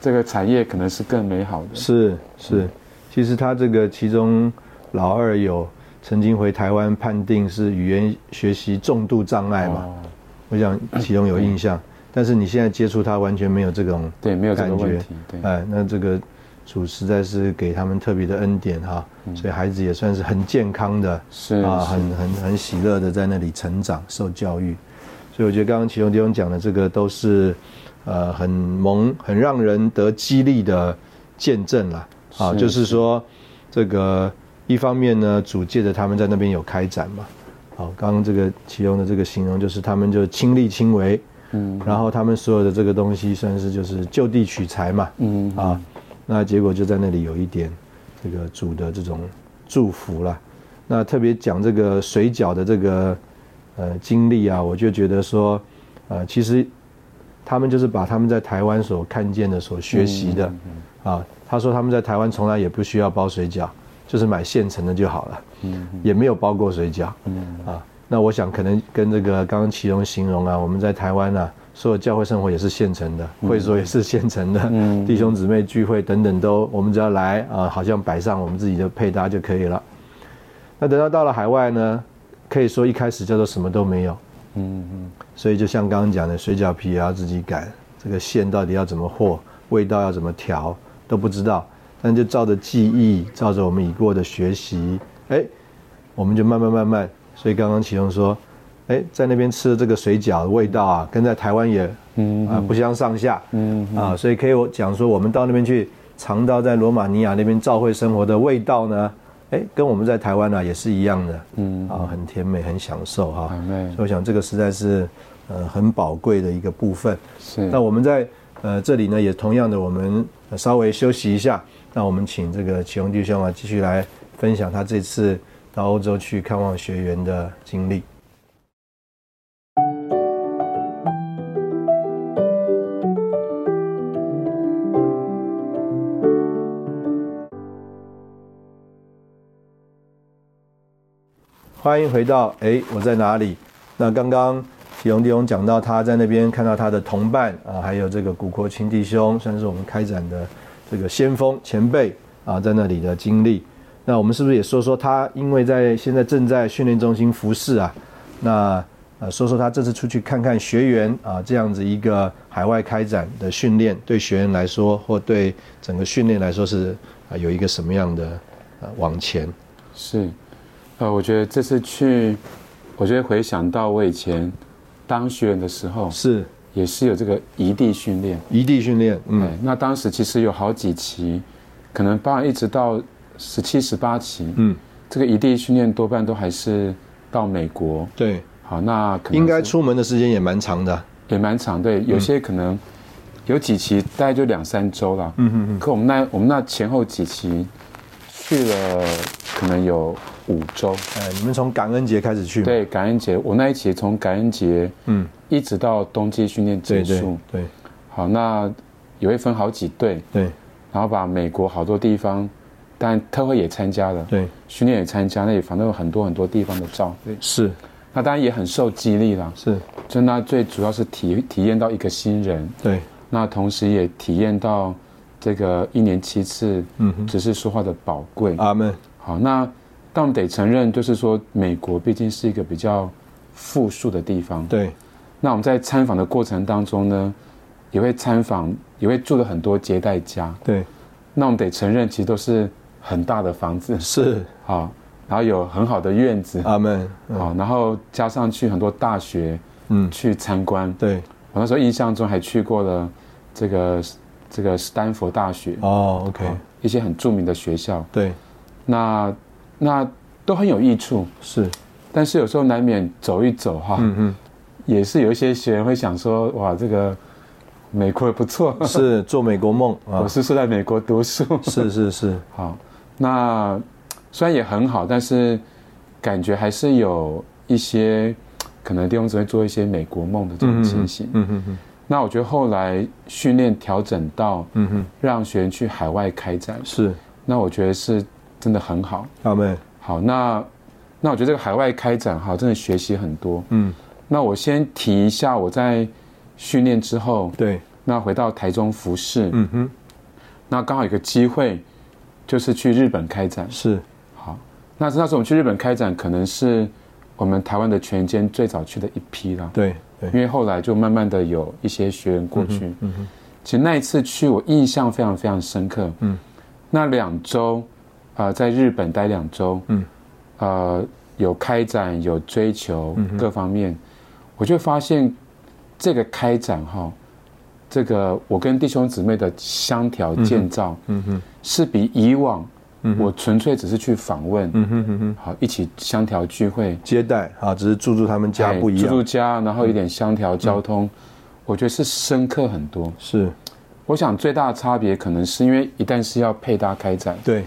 [SPEAKER 3] 这个产业可能是更美好的。
[SPEAKER 2] 是
[SPEAKER 3] 嗯
[SPEAKER 2] 是，其实他这个其中老二有曾经回台湾判定是语言学习重度障碍嘛，
[SPEAKER 3] 哦嗯
[SPEAKER 2] 我想其中有印象，但是你现在接触他完全没有这种
[SPEAKER 3] 对，没有这个
[SPEAKER 2] 感觉
[SPEAKER 3] 问题。对，
[SPEAKER 2] 哎，那这个主实在是给他们特别的恩典哈、所以孩子也算是很健康的
[SPEAKER 3] 是
[SPEAKER 2] 啊，
[SPEAKER 3] 嗯是
[SPEAKER 2] 很很很喜乐的在那里成长、受教育。所以我觉得刚刚启荣弟兄讲的这个都是呃很萌、很让人得激励的见证啦。啊，
[SPEAKER 3] 是
[SPEAKER 2] 就是说这个一方面呢，主借着他们在那边有开展嘛。好，刚刚这个启荣的这个形容就是他们就亲力亲为，
[SPEAKER 3] 嗯
[SPEAKER 2] 然后他们所有的这个东西算是就是就地取材嘛，
[SPEAKER 3] 嗯
[SPEAKER 2] 啊，那结果就在那里有一点这个主的这种祝福啦。那特别讲这个水饺的这个呃经历啊，我就觉得说，呃，其实他们就是把他们在台湾所看见的、所学习的、啊，他说他们在台湾从来也不需要包水饺，就是买现成的就好了，也没有包过水饺，啊。那我想可能跟这个刚刚祁荣形容啊，我们在台湾啊，所有教会生活也是现成的，会所也是现成的，
[SPEAKER 3] 嗯
[SPEAKER 2] 弟兄姊妹聚会等等都，我们只要来啊、好像摆上我们自己的配搭就可以了。那等到到了海外呢，可以说一开始叫做什么都没有，
[SPEAKER 3] 嗯嗯，
[SPEAKER 2] 所以就像刚刚讲的，水饺皮也要自己擀，这个馅到底要怎么和，味道要怎么调都不知道，但就照着记忆，照着我们已过的学习，哎，我们就慢慢慢慢。所以刚刚启荣说，哎，在那边吃的这个水饺的味道啊，跟在台湾也
[SPEAKER 3] 嗯
[SPEAKER 2] 啊不相上下，
[SPEAKER 3] 嗯
[SPEAKER 2] 啊，所以可以我讲说，我们到那边去尝到在罗马尼亚那边教会生活的味道呢，哎，跟我们在台湾呢、啊、也是一样的，
[SPEAKER 3] 嗯
[SPEAKER 2] 啊，很甜美，很享受哈、
[SPEAKER 3] 阿妹
[SPEAKER 2] 所以我想这个实在是呃很宝贵的一个部分。
[SPEAKER 3] 是
[SPEAKER 2] 那我们在呃这里呢，也同样的，我们呃稍微休息一下。那我们请这个启荣弟兄啊，继续来分享他这次到欧洲去看望学员的经历。欢迎回到哎，我在哪里？那刚刚启荣弟兄讲到他在那边看到他的同伴啊，还有这个古国亲弟兄，算是我们开展的这个先锋前辈啊，在那里的经历。那我们是不是也说说他？因为在现在正在训练中心服侍啊，那呃说说他这次出去看看学员啊，这样子一个海外开展的训练，对学员来说或对整个训练来说是啊有一个什么样的呃往前？
[SPEAKER 3] 是，呃，我觉得这次去，我就会回想到我以前当学员的时候，
[SPEAKER 2] 是
[SPEAKER 3] 也是有这个异地训练。
[SPEAKER 2] 异地训练，嗯。
[SPEAKER 3] 对，那当时其实有好几期，可能包含一直到十七、十八期，
[SPEAKER 2] 嗯，
[SPEAKER 3] 这个异地训练多半都还是到美国。
[SPEAKER 2] 对，
[SPEAKER 3] 好，那可能
[SPEAKER 2] 应该嗯
[SPEAKER 3] 是
[SPEAKER 2] 出门的时间也蛮长的。啊
[SPEAKER 3] 也蛮长，对，有些可能有几期大概就两三周啦。嗯嗯嗯。可我们那我们那前后几期去了，可能有五周。
[SPEAKER 2] 哎，你们从感恩节开始去嘛，
[SPEAKER 3] 对，感恩节，我那一期从感恩节
[SPEAKER 2] 嗯，
[SPEAKER 3] 一直到冬季训练
[SPEAKER 2] 对
[SPEAKER 3] 结
[SPEAKER 2] 对
[SPEAKER 3] 束。
[SPEAKER 2] 对
[SPEAKER 3] 好，那也会分好几队，
[SPEAKER 2] 对
[SPEAKER 3] 然后把美国好多地方，但特会也参加了，
[SPEAKER 2] 对，
[SPEAKER 3] 训练也参加，那也反正有很多很多地方的照会。
[SPEAKER 2] 是
[SPEAKER 3] 那当然也很受激励啦，
[SPEAKER 2] 是，
[SPEAKER 3] 就那最主要是体体验到一个新人，
[SPEAKER 2] 对，
[SPEAKER 3] 那同时也体验到这个一年七次
[SPEAKER 2] 嗯哼，
[SPEAKER 3] 只是说话的宝贵。
[SPEAKER 2] 阿门，
[SPEAKER 3] 好，那但我们得承认，就是说美国毕竟是一个比较富庶的地方。
[SPEAKER 2] 对
[SPEAKER 3] 那我们在参访的过程当中呢，也会参访，也会住了很多接待家。
[SPEAKER 2] 对
[SPEAKER 3] 那我们得承认，其实都是很大的房子，
[SPEAKER 2] 是，
[SPEAKER 3] 好，然后有很好的院子，
[SPEAKER 2] 阿门，嗯
[SPEAKER 3] 好，然后加上去很多大学
[SPEAKER 2] 嗯，
[SPEAKER 3] 去参观。
[SPEAKER 2] 对，
[SPEAKER 3] 我那时候印象中还去过了这个这个斯坦福大学，
[SPEAKER 2] 哦，OK，
[SPEAKER 3] 啊一些很著名的学校，
[SPEAKER 2] 对，
[SPEAKER 3] 那那都很有益处。
[SPEAKER 2] 是，
[SPEAKER 3] 但是有时候难免走一走哈，
[SPEAKER 2] 嗯
[SPEAKER 3] 也是有一些学员会想说，哇，这个美国也不错，
[SPEAKER 2] 嗯，是做美国梦
[SPEAKER 3] 我
[SPEAKER 2] 啊，
[SPEAKER 3] 是是在美国读书，
[SPEAKER 2] 是是是，
[SPEAKER 3] 好，那虽然也很好，但是感觉还是有一些可能弟兄姊妹做一些美国梦的这种
[SPEAKER 2] 嗯
[SPEAKER 3] 情形。
[SPEAKER 2] 嗯嗯嗯
[SPEAKER 3] 那我觉得后来训练调整到
[SPEAKER 2] 嗯嗯，
[SPEAKER 3] 让学员去海外开展，
[SPEAKER 2] 是，
[SPEAKER 3] 那我觉得是真的很好。
[SPEAKER 2] 阿妹，
[SPEAKER 3] 好，那那我觉得这个海外开展哈，真的学习很多。
[SPEAKER 2] 嗯，
[SPEAKER 3] 那我先提一下我在训练之后，
[SPEAKER 2] 对，
[SPEAKER 3] 那回到台中服饰，
[SPEAKER 2] 嗯哼，
[SPEAKER 3] 那刚好有个机会，就是去日本开展。
[SPEAKER 2] 是，
[SPEAKER 3] 好，那那时候我们去日本开展，可能是我们台湾的全间最早去的一批啦。
[SPEAKER 2] 对对，
[SPEAKER 3] 因为后来就慢慢的有一些学员过去。
[SPEAKER 2] 嗯哼，
[SPEAKER 3] 其实那一次去，我印象非常非常深刻。
[SPEAKER 2] 嗯，
[SPEAKER 3] 那两周，呃，在日本待两周，
[SPEAKER 2] 嗯，
[SPEAKER 3] 呃，有开展，有追求
[SPEAKER 2] 嗯，哼
[SPEAKER 3] 各方面，我就发现这个开展哈，这个我跟弟兄姊妹的相调建造，
[SPEAKER 2] 嗯哼，
[SPEAKER 3] 是比以往
[SPEAKER 2] 嗯哼
[SPEAKER 3] 我纯粹只是去访问，
[SPEAKER 2] 嗯哼嗯哼，
[SPEAKER 3] 好一起相调聚会，
[SPEAKER 2] 接待啊，只是住住他们家
[SPEAKER 3] 哎
[SPEAKER 2] 不一
[SPEAKER 3] 住住
[SPEAKER 2] 样，嗯
[SPEAKER 3] 家，然后一点相调交通，我觉得是深刻很多。
[SPEAKER 2] 是，
[SPEAKER 3] 我想最大的差别可能是因为一旦是要配搭开展，
[SPEAKER 2] 对，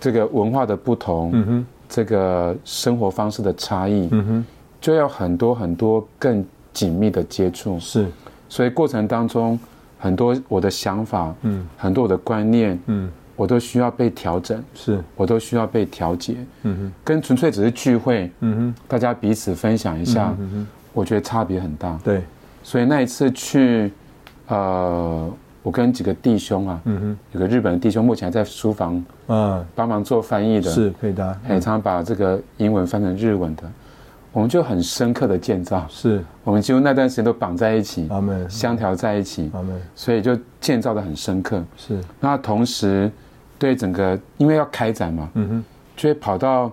[SPEAKER 3] 这个文化的不同，
[SPEAKER 2] 嗯哼，
[SPEAKER 3] 这个生活方式的差异，
[SPEAKER 2] 嗯哼，
[SPEAKER 3] 就要很多很多更紧密的接触。
[SPEAKER 2] 是，
[SPEAKER 3] 所以过程当中，很多我的想法，
[SPEAKER 2] 嗯
[SPEAKER 3] 很多我的观念，
[SPEAKER 2] 嗯，
[SPEAKER 3] 我都需要被调整，
[SPEAKER 2] 是，
[SPEAKER 3] 我都需要被调节。
[SPEAKER 2] 嗯哼，
[SPEAKER 3] 跟纯粹只是聚会，
[SPEAKER 2] 嗯哼，
[SPEAKER 3] 大家彼此分享一下，
[SPEAKER 2] 嗯哼，
[SPEAKER 3] 我觉得差别很大。
[SPEAKER 2] 对，
[SPEAKER 3] 所以那一次去，呃，我跟几个弟兄啊，
[SPEAKER 2] 嗯
[SPEAKER 3] 有个日本的弟兄，目前还在书房
[SPEAKER 2] 哼，啊，
[SPEAKER 3] 帮忙做翻译的，，
[SPEAKER 2] 是嗯配搭，
[SPEAKER 3] 哎，常常把这个英文翻成日文的，我们就很深刻的建造，
[SPEAKER 2] 是，
[SPEAKER 3] 我们几乎那段时间都绑在一起，
[SPEAKER 2] 阿妹，
[SPEAKER 3] 相调在一起，
[SPEAKER 2] 阿妹，
[SPEAKER 3] 所以就建造的很深刻。
[SPEAKER 2] 是，
[SPEAKER 3] 那同时，对整个因为要开展嘛，
[SPEAKER 2] 嗯哼，
[SPEAKER 3] 就会跑到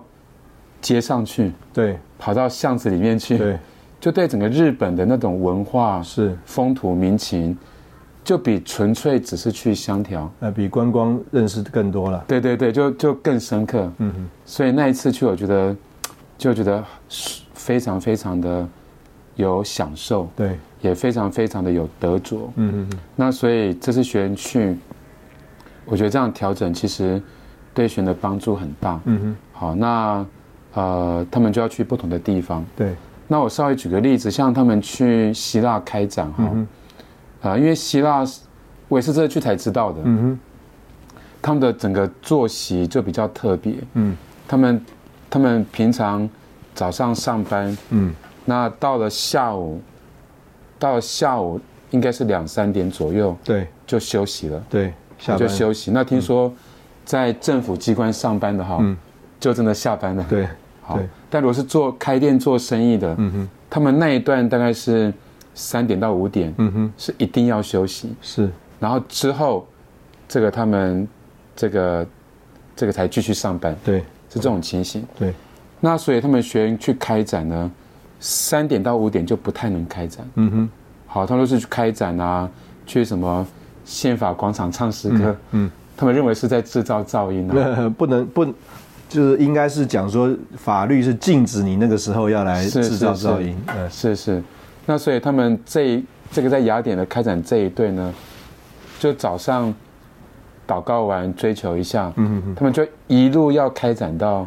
[SPEAKER 3] 街上去，
[SPEAKER 2] 对
[SPEAKER 3] 跑到巷子里面去，
[SPEAKER 2] 对，
[SPEAKER 3] 就对整个日本的那种文化、
[SPEAKER 2] 是，
[SPEAKER 3] 风土民情，就比纯粹只是去相调。
[SPEAKER 2] 那比观光认识更多了，
[SPEAKER 3] 对对对，就就更深刻。
[SPEAKER 2] 嗯哼，
[SPEAKER 3] 所以那一次去，我觉得就觉得非常非常的有享受，
[SPEAKER 2] 对，
[SPEAKER 3] 也非常非常的有得着。
[SPEAKER 2] 嗯哼，
[SPEAKER 3] 那所以这次学员去，我觉得这样调整其实对学员的帮助很大。
[SPEAKER 2] 嗯哼，
[SPEAKER 3] 好，那呃，他们就要去不同的地方。
[SPEAKER 2] 对，
[SPEAKER 3] 那我稍微举个例子，像他们去希腊开展哈，啊、
[SPEAKER 2] 嗯
[SPEAKER 3] 因为希腊是我也是这次去才知道的，
[SPEAKER 2] 嗯哼，
[SPEAKER 3] 他们的整个作息就比较特别。
[SPEAKER 2] 嗯
[SPEAKER 3] 他们他们平常早上上班，
[SPEAKER 2] 嗯，
[SPEAKER 3] 那到了下午，到了下午应该是两三点左右
[SPEAKER 2] 对
[SPEAKER 3] 就休息了，
[SPEAKER 2] 对，下
[SPEAKER 3] 就
[SPEAKER 2] 班，
[SPEAKER 3] 休息。那听说在政府机关上班的哈，
[SPEAKER 2] 嗯
[SPEAKER 3] 就真的下班了。
[SPEAKER 2] 对，
[SPEAKER 3] 好
[SPEAKER 2] 对，
[SPEAKER 3] 但如果是做开店做生意的，
[SPEAKER 2] 嗯哼，
[SPEAKER 3] 他们那一段大概是三点到五点，
[SPEAKER 2] 嗯哼，
[SPEAKER 3] 是一定要休息。
[SPEAKER 2] 是，
[SPEAKER 3] 然后之后，这个他们这个这个才继续上班，
[SPEAKER 2] 对
[SPEAKER 3] 是这种情形。
[SPEAKER 2] 对，
[SPEAKER 3] 那所以他们学员去开展呢，三点到五点就不太能开展。
[SPEAKER 2] 嗯哼，
[SPEAKER 3] 好，他们都是去开展啊，去什么宪法广场唱诗歌，
[SPEAKER 2] 嗯。
[SPEAKER 3] 他们认为是在制造噪音啊。
[SPEAKER 2] 那不能不，就是应该是讲说法律是禁止你那个时候要来
[SPEAKER 3] 是
[SPEAKER 2] 制造
[SPEAKER 3] 是是
[SPEAKER 2] 噪音，嗯，
[SPEAKER 3] 是是，那所以他们这一这个在雅典的开展这一队呢，就早上祷告完追求一下，
[SPEAKER 2] 嗯嗯
[SPEAKER 3] 他们就一路要开展到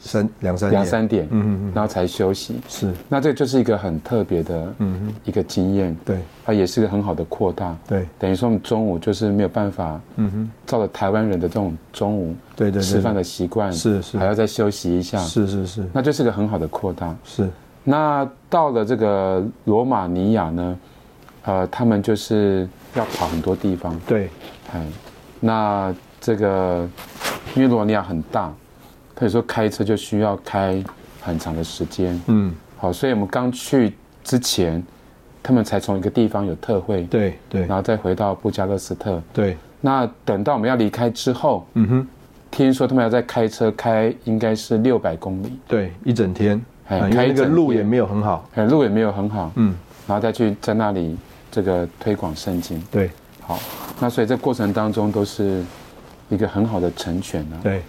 [SPEAKER 2] 三两三
[SPEAKER 3] 两
[SPEAKER 2] 年，
[SPEAKER 3] 三点，
[SPEAKER 2] 嗯嗯嗯，
[SPEAKER 3] 然后才休息。
[SPEAKER 2] 是，
[SPEAKER 3] 那这就是一个很特别的
[SPEAKER 2] 嗯哼，
[SPEAKER 3] 一个经验，
[SPEAKER 2] 对
[SPEAKER 3] 它也是一个很好的扩大。
[SPEAKER 2] 对，
[SPEAKER 3] 等于说我们中午就是没有办法
[SPEAKER 2] 嗯哼，
[SPEAKER 3] 照着台湾人的这种中午
[SPEAKER 2] 对对对，
[SPEAKER 3] 吃饭
[SPEAKER 2] 的
[SPEAKER 3] 的习惯，
[SPEAKER 2] 是是
[SPEAKER 3] 还要再休息一下，
[SPEAKER 2] 是是是
[SPEAKER 3] 那就是个很好的扩大。
[SPEAKER 2] 是，
[SPEAKER 3] 那到了这个罗马尼亚呢，呃，他们就是要跑很多地方，
[SPEAKER 2] 对，
[SPEAKER 3] 哎，那这个因为罗马尼亚很大，可以说开车就需要开很长的时间，
[SPEAKER 2] 嗯，
[SPEAKER 3] 好，所以我们刚去之前，他们才从一个地方有特惠，
[SPEAKER 2] 对对
[SPEAKER 3] 然后再回到布加勒斯特。
[SPEAKER 2] 对，
[SPEAKER 3] 那等到我们要离开之后，
[SPEAKER 2] 嗯哼，
[SPEAKER 3] 听说他们要再开车开，应该是六百公里，
[SPEAKER 2] 对，一整天，
[SPEAKER 3] 哎
[SPEAKER 2] 啊因为那
[SPEAKER 3] 一整
[SPEAKER 2] 个
[SPEAKER 3] 天
[SPEAKER 2] 路也没有很好。
[SPEAKER 3] 哎路也没有很好，
[SPEAKER 2] 嗯，
[SPEAKER 3] 然后再去在那里这个推广圣经。
[SPEAKER 2] 对
[SPEAKER 3] 好，那所以这过程当中都是一个很好的成全啊。
[SPEAKER 2] 对，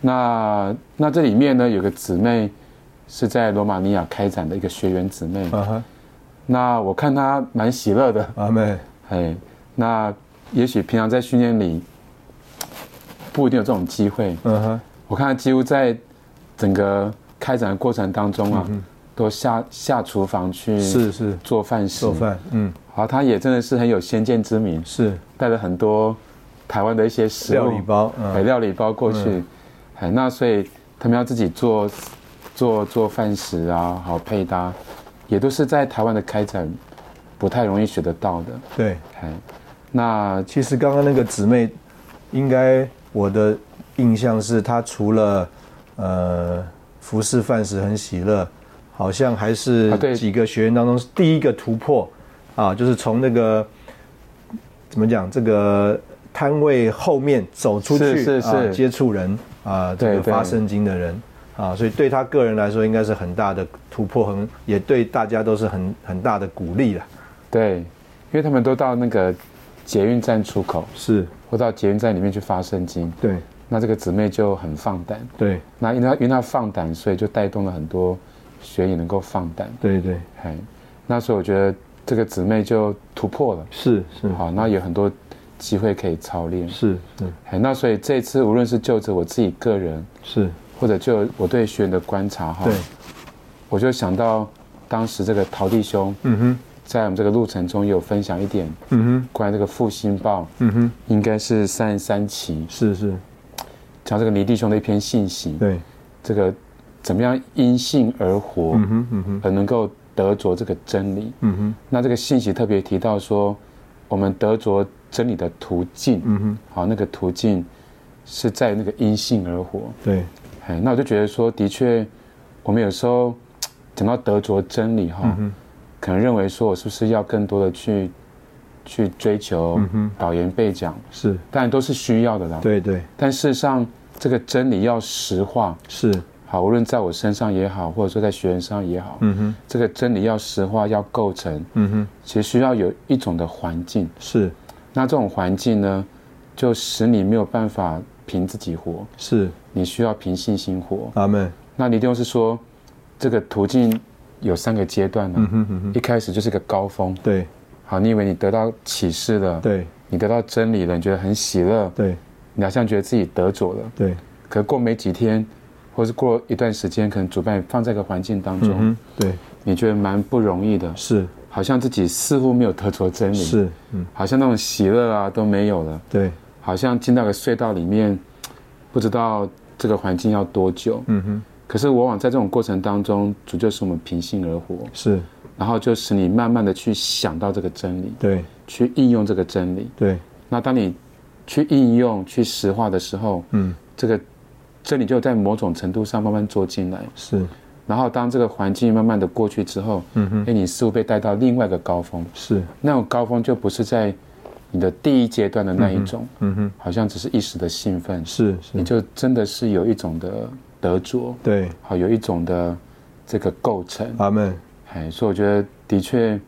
[SPEAKER 3] 那那这里面呢，有个姊妹是在罗马尼亚开展的一个学员姊妹，
[SPEAKER 2] 啊哈，
[SPEAKER 3] 那我看她蛮喜乐的，
[SPEAKER 2] 阿妹，
[SPEAKER 3] 哎，那也许平常在训练里不一定有这种机会，
[SPEAKER 2] 嗯哼，
[SPEAKER 3] 我看她几乎在整个开展的过程当中啊，都下下厨房去
[SPEAKER 2] 嗯是是
[SPEAKER 3] 做饭食，
[SPEAKER 2] 做，饭，嗯，
[SPEAKER 3] 好，她也真的是很有先见之明，
[SPEAKER 2] 是
[SPEAKER 3] 带了很多台湾的一些食物
[SPEAKER 2] 料理包，
[SPEAKER 3] 哎，
[SPEAKER 2] 嗯，
[SPEAKER 3] 料理包过去
[SPEAKER 2] 嗯，
[SPEAKER 3] 哎，那所以他们要自己做做做饭食啊，好配搭，也都是在台湾的开展不太容易学得到的，
[SPEAKER 2] 对。
[SPEAKER 3] 哎，那
[SPEAKER 2] 其实刚刚那个姊妹，应该我的印象是她除了呃服侍饭食很喜乐，好像还是
[SPEAKER 3] 啊对
[SPEAKER 2] 几个学员当中是第一个突破啊，就是从那个怎么讲这个摊位后面走出去，
[SPEAKER 3] 是是是
[SPEAKER 2] 啊、接触人啊，这
[SPEAKER 3] 对
[SPEAKER 2] 个
[SPEAKER 3] 对
[SPEAKER 2] 发圣经的人。啊，所以对她个人来说，应该是很大的突破，很也对大家都是很很大的鼓励了。
[SPEAKER 3] 对，因为他们都到那个捷运站出口
[SPEAKER 2] 是，
[SPEAKER 3] 或到捷运站里面去发圣经，
[SPEAKER 2] 对
[SPEAKER 3] 那这个姊妹就很放胆，
[SPEAKER 2] 对
[SPEAKER 3] 那因为她因为她放胆，所以就带动了很多学员能够放胆，
[SPEAKER 2] 对对，
[SPEAKER 3] 哎，那所以我觉得这个姊妹就突破了。
[SPEAKER 2] 是是。
[SPEAKER 3] 好，那有很多机会可以操练。
[SPEAKER 2] 是，嗯，
[SPEAKER 3] 哎，那所以这次无论是就着我自己个人，
[SPEAKER 2] 是，哦
[SPEAKER 3] 或者就我对学员的观察哈
[SPEAKER 2] 对，，
[SPEAKER 3] 我就想到当时这个陶弟兄
[SPEAKER 2] 嗯哼，
[SPEAKER 3] 在我们这个路程中有分享一点
[SPEAKER 2] 嗯哼，
[SPEAKER 3] 关于这个复兴报，
[SPEAKER 2] 嗯哼，
[SPEAKER 3] 应该是三十三期，
[SPEAKER 2] 是是，哦
[SPEAKER 3] 讲这个倪弟兄的一篇信息，
[SPEAKER 2] 对，
[SPEAKER 3] 这个怎么样因信而活，
[SPEAKER 2] 嗯哼，嗯哼，
[SPEAKER 3] 而能够得着这个真理。
[SPEAKER 2] 嗯哼，
[SPEAKER 3] 那这个信息特别提到说，我们得着真理的途径，
[SPEAKER 2] 嗯哼，
[SPEAKER 3] 好，那个途径是在那个因性而活。
[SPEAKER 2] 对，
[SPEAKER 3] 哎，那我就觉得说，的确，我们有时候讲到得着真
[SPEAKER 2] 嗯
[SPEAKER 3] 理哈、可能认为说我是不是要更多的去去追求导言背讲，
[SPEAKER 2] 是，
[SPEAKER 3] 当然都是需要的啦。，
[SPEAKER 2] 嗯对对
[SPEAKER 3] 但事实上，这个真理要实化，
[SPEAKER 2] 是，
[SPEAKER 3] 好，无论在我身上也好，或者说在学员上也好，
[SPEAKER 2] 嗯哼，
[SPEAKER 3] 这个真理要实化，要构成，
[SPEAKER 2] 嗯哼，
[SPEAKER 3] 其实需要有一种的环境。
[SPEAKER 2] 是
[SPEAKER 3] 那这种环境呢，就使你没有办法凭自己活，
[SPEAKER 2] 是，
[SPEAKER 3] 你需要凭信心活。
[SPEAKER 2] 阿门，
[SPEAKER 3] 那尼丢是说，这个途径有三个阶段呢、啊
[SPEAKER 2] 嗯哼，嗯哼，
[SPEAKER 3] 一开始就是一个高峰，
[SPEAKER 2] 对
[SPEAKER 3] 好，你以为你得到启示了，
[SPEAKER 2] 对
[SPEAKER 3] 你得到真理了，你觉得很喜乐，
[SPEAKER 2] 对
[SPEAKER 3] 你好像觉得自己得着了。
[SPEAKER 2] 对，
[SPEAKER 3] 可过没几天，或是过一段时间，可能主办放在一个环境当
[SPEAKER 2] 嗯
[SPEAKER 3] 中，
[SPEAKER 2] 哼，对，
[SPEAKER 3] 你觉得蛮不容易的，
[SPEAKER 2] 是
[SPEAKER 3] 好像自己似乎没有得着真理，，
[SPEAKER 2] 是，嗯，
[SPEAKER 3] 好像那种喜乐啊都没有了。
[SPEAKER 2] 对，
[SPEAKER 3] 好像进到个隧道里面，不知道这个环境要多久。
[SPEAKER 2] 嗯哼，
[SPEAKER 3] 可是往往在这种过程当中，主就是我们平信而活，
[SPEAKER 2] 是
[SPEAKER 3] 然后就使你慢慢的去想到这个真理，
[SPEAKER 2] 对
[SPEAKER 3] 去应用这个真理。
[SPEAKER 2] 对，
[SPEAKER 3] 那当你去应用、去实化的时候，
[SPEAKER 2] 嗯，
[SPEAKER 3] 这个真理就在某种程度上慢慢做进来。
[SPEAKER 2] 是
[SPEAKER 3] 然后当这个环境慢慢的过去之后，嗯哼，哎，你似乎被带到另外一个高峰，
[SPEAKER 2] 是，
[SPEAKER 3] 那种高峰就不是在你的第一阶段的那一种，
[SPEAKER 2] 嗯哼，嗯
[SPEAKER 3] 好像只是一时的兴奋，
[SPEAKER 2] 是
[SPEAKER 3] 你
[SPEAKER 2] 是，
[SPEAKER 3] 就真的是有一种的得着，
[SPEAKER 2] 对，
[SPEAKER 3] 好有一种的这个构成，
[SPEAKER 2] 阿门，
[SPEAKER 3] 哎，所以我觉得的确，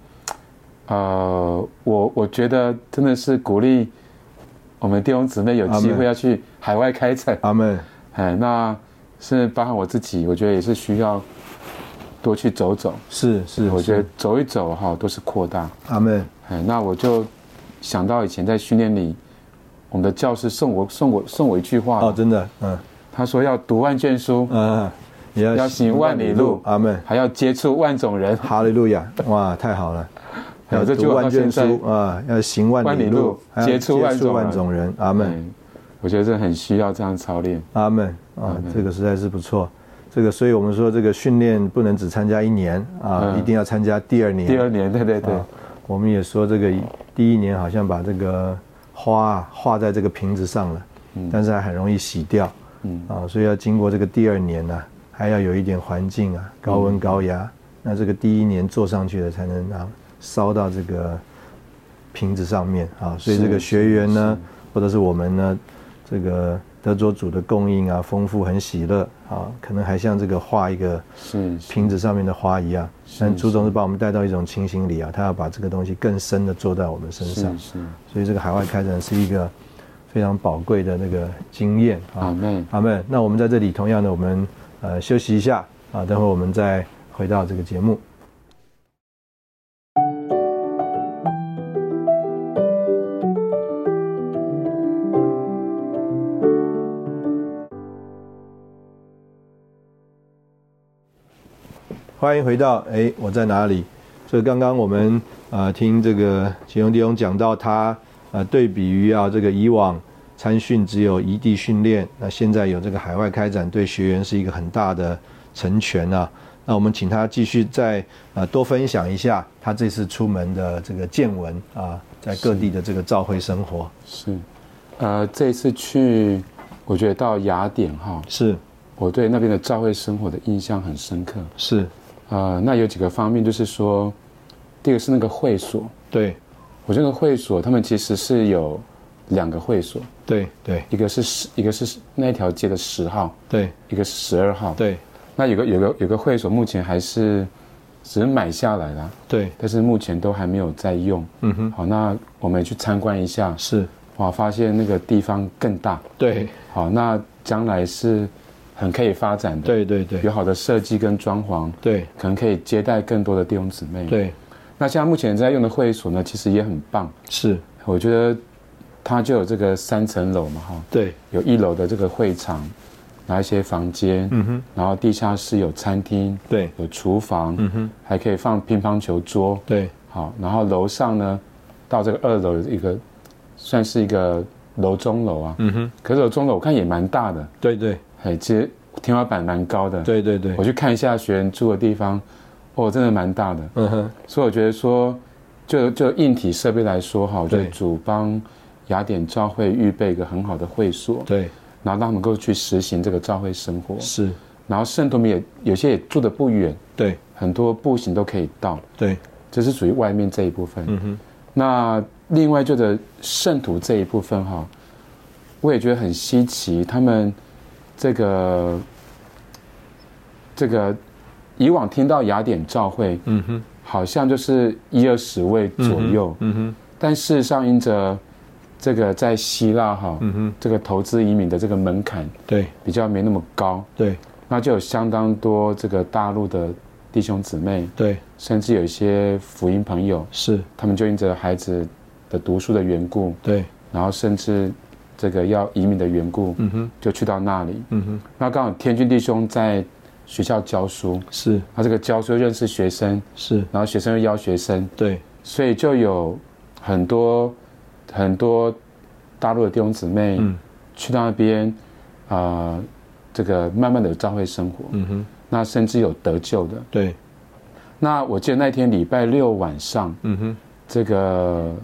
[SPEAKER 3] 呃，我我觉得真的是鼓励我们弟兄姊妹有机
[SPEAKER 2] 阿们
[SPEAKER 3] 会要去海外开展，
[SPEAKER 2] 阿门，
[SPEAKER 3] 哎，那是包含我自己，我觉得也是需要多去走走，
[SPEAKER 2] 是是，
[SPEAKER 3] 我觉
[SPEAKER 2] 是
[SPEAKER 3] 得走一走哈都是扩大，
[SPEAKER 2] 阿门，
[SPEAKER 3] 哎，那我就想到以前在训练里，我们的教师送我送我送我一句话，
[SPEAKER 2] 哦，真的，嗯
[SPEAKER 3] 他说要读万卷书。
[SPEAKER 2] 嗯，也
[SPEAKER 3] 要行万里路
[SPEAKER 2] 阿门。
[SPEAKER 3] 还要接触万种 人，
[SPEAKER 2] 哈利路亚！哇，太好了！
[SPEAKER 3] 哎
[SPEAKER 2] 要
[SPEAKER 3] 这句
[SPEAKER 2] 读
[SPEAKER 3] 话
[SPEAKER 2] 万
[SPEAKER 3] 到
[SPEAKER 2] 卷
[SPEAKER 3] 现在
[SPEAKER 2] 书啊，要行万里
[SPEAKER 3] 万里
[SPEAKER 2] 路
[SPEAKER 3] 路，
[SPEAKER 2] 还要
[SPEAKER 3] 接触万种
[SPEAKER 2] 万
[SPEAKER 3] 人
[SPEAKER 2] 种人。阿门，
[SPEAKER 3] 嗯，我觉得这很需要这样操练。
[SPEAKER 2] 阿门啊！这个实在是不错。这个，所以我们说，这个训练不能只参加一年啊，
[SPEAKER 3] 嗯
[SPEAKER 2] 一定要参加第二年。
[SPEAKER 3] 第二年，对对对，
[SPEAKER 2] 啊，我们也说这个第一年好像把这个花啊画在这个瓶子上了，但是还很容易洗掉。
[SPEAKER 3] 嗯
[SPEAKER 2] 啊，所以要经过这个第二年呢、还要有一点环境啊，高温高压。
[SPEAKER 3] 嗯
[SPEAKER 2] 那这个第一年做上去的，才能啊烧到这个瓶子上面啊。所以这个
[SPEAKER 3] 是
[SPEAKER 2] 学员呢，或者是我们呢，这个得着主的供应啊，丰富很喜乐啊，啊，可能还像这个画一个
[SPEAKER 3] 是是
[SPEAKER 2] 瓶子上面的花一样。但朱总是把我们带到一种清醒里啊，他要把这个东西更深的做到我们身上
[SPEAKER 3] 是，是，
[SPEAKER 2] 所以这个海外开展是一个非常宝贵的那个经验
[SPEAKER 3] 阿
[SPEAKER 2] 啊。
[SPEAKER 3] 妹，
[SPEAKER 2] 阿妹，那我们在这里同样的，我们呃休息一下啊，等会我们再回到这个节目。欢迎回到哎，我在哪里？所以刚刚我们呃听这个启荣弟兄讲到他呃对比于啊这个以往参训只有异地训练，那现在有这个海外开展，对学员是一个很大的成全啊。那我们请他继续再呃多分享一下他这次出门的这个见闻啊，在各地的这个召会生活
[SPEAKER 3] 是，呃，这一次去，我觉得到雅典哈，
[SPEAKER 2] 是
[SPEAKER 3] 我对那边的教会生活的印象很深刻。
[SPEAKER 2] 是，
[SPEAKER 3] 呃，那有几个方面，就是说，第一个是那个会所，
[SPEAKER 2] 对
[SPEAKER 3] 我这个会所，他们其实是有两个会所，
[SPEAKER 2] 对对
[SPEAKER 3] 一个是十，一个是那一条街的十号，
[SPEAKER 2] 对
[SPEAKER 3] 一个是十二号。
[SPEAKER 2] 对
[SPEAKER 3] 那有个有个有个会所，目前还是只是买下来了，
[SPEAKER 2] 对，
[SPEAKER 3] 但是目前都还没有在用。
[SPEAKER 2] 嗯哼，
[SPEAKER 3] 好，那我们也去参观一下，
[SPEAKER 2] 是
[SPEAKER 3] 哇，发现那个地方更大。
[SPEAKER 2] 对
[SPEAKER 3] 好，那将来是很可以发展的，
[SPEAKER 2] 对对对
[SPEAKER 3] 有好的设计跟装潢，
[SPEAKER 2] 对
[SPEAKER 3] 可能可以接待更多的弟兄姊妹。，
[SPEAKER 2] 对
[SPEAKER 3] 那现在目前在用的会所呢，其实也很棒，
[SPEAKER 2] 是，
[SPEAKER 3] 我觉得它就有这个三层楼嘛，哈，
[SPEAKER 2] 对
[SPEAKER 3] 有一楼的这个会场，然后一些房间，
[SPEAKER 2] 嗯哼
[SPEAKER 3] 然后地下室有餐厅，
[SPEAKER 2] 对
[SPEAKER 3] 有厨房，
[SPEAKER 2] 嗯哼
[SPEAKER 3] 还可以放乒乓球桌，
[SPEAKER 2] 对
[SPEAKER 3] 好，然后楼上呢，到这个二楼有一个算是一个楼中楼啊，
[SPEAKER 2] 嗯哼
[SPEAKER 3] 可是楼中楼我看也蛮大的，
[SPEAKER 2] 对对
[SPEAKER 3] 哎，其实天花板蛮高的，，
[SPEAKER 2] 对对对
[SPEAKER 3] 我，去看一下学员住的地方，哦，真的蛮大的，
[SPEAKER 2] 嗯哼
[SPEAKER 3] 所以我觉得说，就就硬体设备来说哈，我觉得
[SPEAKER 2] 对
[SPEAKER 3] 主帮雅典教会预备一个很好的会所，
[SPEAKER 2] 对
[SPEAKER 3] 然后让他们能够去实行这个教会生活，
[SPEAKER 2] 是，
[SPEAKER 3] 然后圣徒们也有些也住的不远，
[SPEAKER 2] 对
[SPEAKER 3] 很多步行都可以到，
[SPEAKER 2] 对
[SPEAKER 3] 这是属于外面这一部分。
[SPEAKER 2] 嗯哼
[SPEAKER 3] 那另外就的圣徒这一部分哈，我也觉得很稀奇，他们这个这个以往听到雅典教会
[SPEAKER 2] 嗯哼
[SPEAKER 3] 好像就是一二十位左右，
[SPEAKER 2] 嗯哼
[SPEAKER 3] 但事实上因着这个在希腊哈，
[SPEAKER 2] 嗯哼
[SPEAKER 3] 这个投资移民的这个门槛
[SPEAKER 2] 对
[SPEAKER 3] 比较没那么高，
[SPEAKER 2] 对
[SPEAKER 3] 那就有相当多这个大陆的弟兄姊妹，
[SPEAKER 2] 对
[SPEAKER 3] 甚至有一些福音朋友，
[SPEAKER 2] 是，
[SPEAKER 3] 他们就因着孩子的读书的缘故，
[SPEAKER 2] 对
[SPEAKER 3] 然后甚至这个要移民的缘故，
[SPEAKER 2] 嗯哼
[SPEAKER 3] 就去到那里。
[SPEAKER 2] 嗯哼
[SPEAKER 3] 那刚好天君弟兄在学校教书，
[SPEAKER 2] 是
[SPEAKER 3] 他这个教书又认识学生，
[SPEAKER 2] 是，
[SPEAKER 3] 然后学生又邀学生，
[SPEAKER 2] 对
[SPEAKER 3] 所以就有很多很多大陆的弟兄姊妹
[SPEAKER 2] 嗯
[SPEAKER 3] 去到那边，啊、这个慢慢的教会生活，
[SPEAKER 2] 嗯哼
[SPEAKER 3] 那甚至有得救的。
[SPEAKER 2] 对
[SPEAKER 3] 那我记得那天礼拜六晚上，
[SPEAKER 2] 嗯哼
[SPEAKER 3] 这个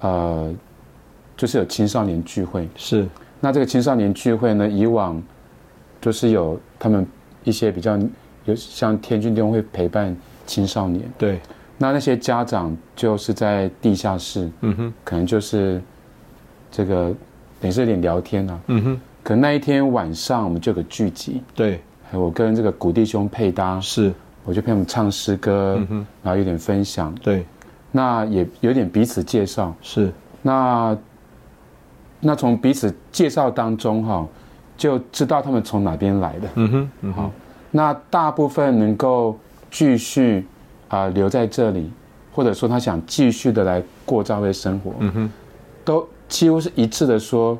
[SPEAKER 3] 呃，就是有青少年聚会。
[SPEAKER 2] 是
[SPEAKER 3] 那这个青少年聚会呢，以往就是有他们一些比较有像天君弟兄会陪伴青少年，
[SPEAKER 2] 对
[SPEAKER 3] 那那些家长就是在地下室，
[SPEAKER 2] 嗯哼
[SPEAKER 3] 可能就是这个等于是有点聊天啊。
[SPEAKER 2] 嗯哼
[SPEAKER 3] 可那一天晚上我们就有个聚集，
[SPEAKER 2] 对
[SPEAKER 3] 还有我跟这个古弟兄配搭，
[SPEAKER 2] 是，
[SPEAKER 3] 我就陪他们唱诗歌，
[SPEAKER 2] 嗯哼
[SPEAKER 3] 然后有点分享，
[SPEAKER 2] 对
[SPEAKER 3] 那也有点彼此介绍。
[SPEAKER 2] 是
[SPEAKER 3] 那那从彼此介绍当中哈、就知道他们从哪边来的。
[SPEAKER 2] 嗯哼嗯
[SPEAKER 3] 好
[SPEAKER 2] 哼，
[SPEAKER 3] 那大部分能够继续啊、留在这里，或者说他想继续的来过教会生活，
[SPEAKER 2] 嗯哼
[SPEAKER 3] 都几乎是一致的说，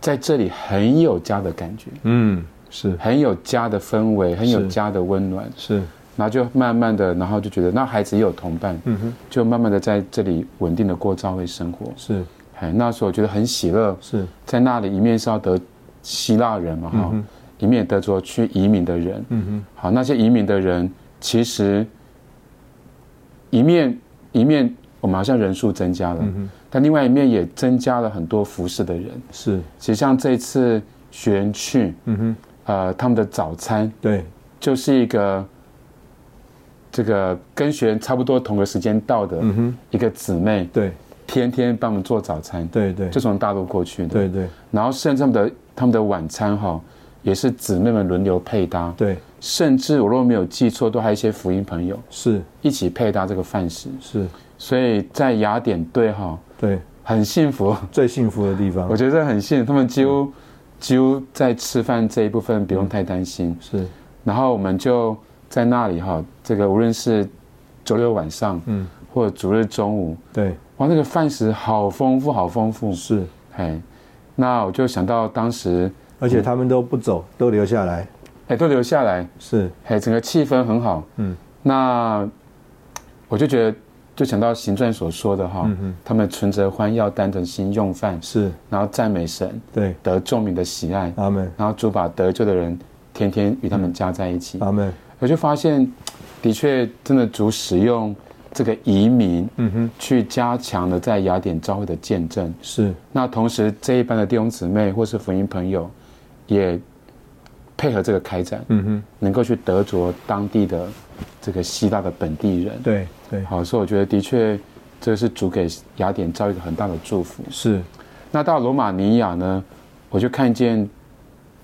[SPEAKER 3] 在这里很有家的感觉，
[SPEAKER 2] 嗯是
[SPEAKER 3] 很有家的氛围，很有
[SPEAKER 2] 是
[SPEAKER 3] 家的温暖，
[SPEAKER 2] 是
[SPEAKER 3] 然后就慢慢的，然后就觉得那孩子也有同伴，
[SPEAKER 2] 嗯哼
[SPEAKER 3] 就慢慢的在这里稳定的过教会生活。
[SPEAKER 2] 是
[SPEAKER 3] 哎，那时候我觉得很喜乐，
[SPEAKER 2] 是
[SPEAKER 3] 在那里一面是要得希腊人嘛哈，一面也得着去移民的人。
[SPEAKER 2] 嗯哼
[SPEAKER 3] 好，那些移民的人其实一面一面我们好像人数增加了，
[SPEAKER 2] 嗯
[SPEAKER 3] 但另外一面也增加了很多服侍的人。
[SPEAKER 2] 是
[SPEAKER 3] 其实像这次学员去，
[SPEAKER 2] 嗯哼
[SPEAKER 3] 呃，他们的早餐
[SPEAKER 2] 对
[SPEAKER 3] 就是一个这个跟学员差不多同个时间到的
[SPEAKER 2] 嗯哼
[SPEAKER 3] 一个姊妹，
[SPEAKER 2] 对
[SPEAKER 3] 天天帮我们做早餐，
[SPEAKER 2] 对对
[SPEAKER 3] 就从大陆过去的。
[SPEAKER 2] 对对
[SPEAKER 3] 然后甚至他们的他们的晚餐哈、也是姊妹们轮流配搭，
[SPEAKER 2] 对，
[SPEAKER 3] 甚至我若没有记错，都还有一些福音朋友
[SPEAKER 2] 是
[SPEAKER 3] 一起配搭这个饭食。
[SPEAKER 2] 是，
[SPEAKER 3] 所以在雅典队哈
[SPEAKER 2] 对，
[SPEAKER 3] 很幸福，
[SPEAKER 2] 最幸福的地方
[SPEAKER 3] 我觉得很幸福，他们几乎几乎在吃饭这一部分不用太担心。
[SPEAKER 2] 是，
[SPEAKER 3] 然后我们就在那里哈，这个无论是周六晚上
[SPEAKER 2] 嗯，
[SPEAKER 3] 或者主日中午，
[SPEAKER 2] 对，
[SPEAKER 3] 哇，那个饭食好丰富，好丰富。
[SPEAKER 2] 是，
[SPEAKER 3] 哎，那我就想到当时，
[SPEAKER 2] 而且他们都不走，都留下来，
[SPEAKER 3] 哎，都留下来，
[SPEAKER 2] 是，
[SPEAKER 3] 哎，整个气氛很好。
[SPEAKER 2] 嗯
[SPEAKER 3] 那我就觉得，就想到行传所说的哈，
[SPEAKER 2] 嗯嗯，
[SPEAKER 3] 他们存着欢耀、单着心用饭，
[SPEAKER 2] 是
[SPEAKER 3] 然后赞美神，
[SPEAKER 2] 对，
[SPEAKER 3] 得众民的喜爱，
[SPEAKER 2] 阿门，
[SPEAKER 3] 然后主把得救的人天天与他
[SPEAKER 2] 嗯
[SPEAKER 3] 们加在一起。
[SPEAKER 2] 阿门，
[SPEAKER 3] 我就发现，的确真的主使用这个移民
[SPEAKER 2] 嗯哼，
[SPEAKER 3] 去加强了在雅典教会的见证。
[SPEAKER 2] 是
[SPEAKER 3] 那同时，这一班的弟兄姊妹或是福音朋友，也配合这个开展，
[SPEAKER 2] 嗯哼，
[SPEAKER 3] 能够去得着当地的这个希腊的本地人。
[SPEAKER 2] 对对，
[SPEAKER 3] 好，所以我觉得的确，这是主给雅典造一个很大的祝福。
[SPEAKER 2] 是，
[SPEAKER 3] 那到罗马尼亚呢，我就看见，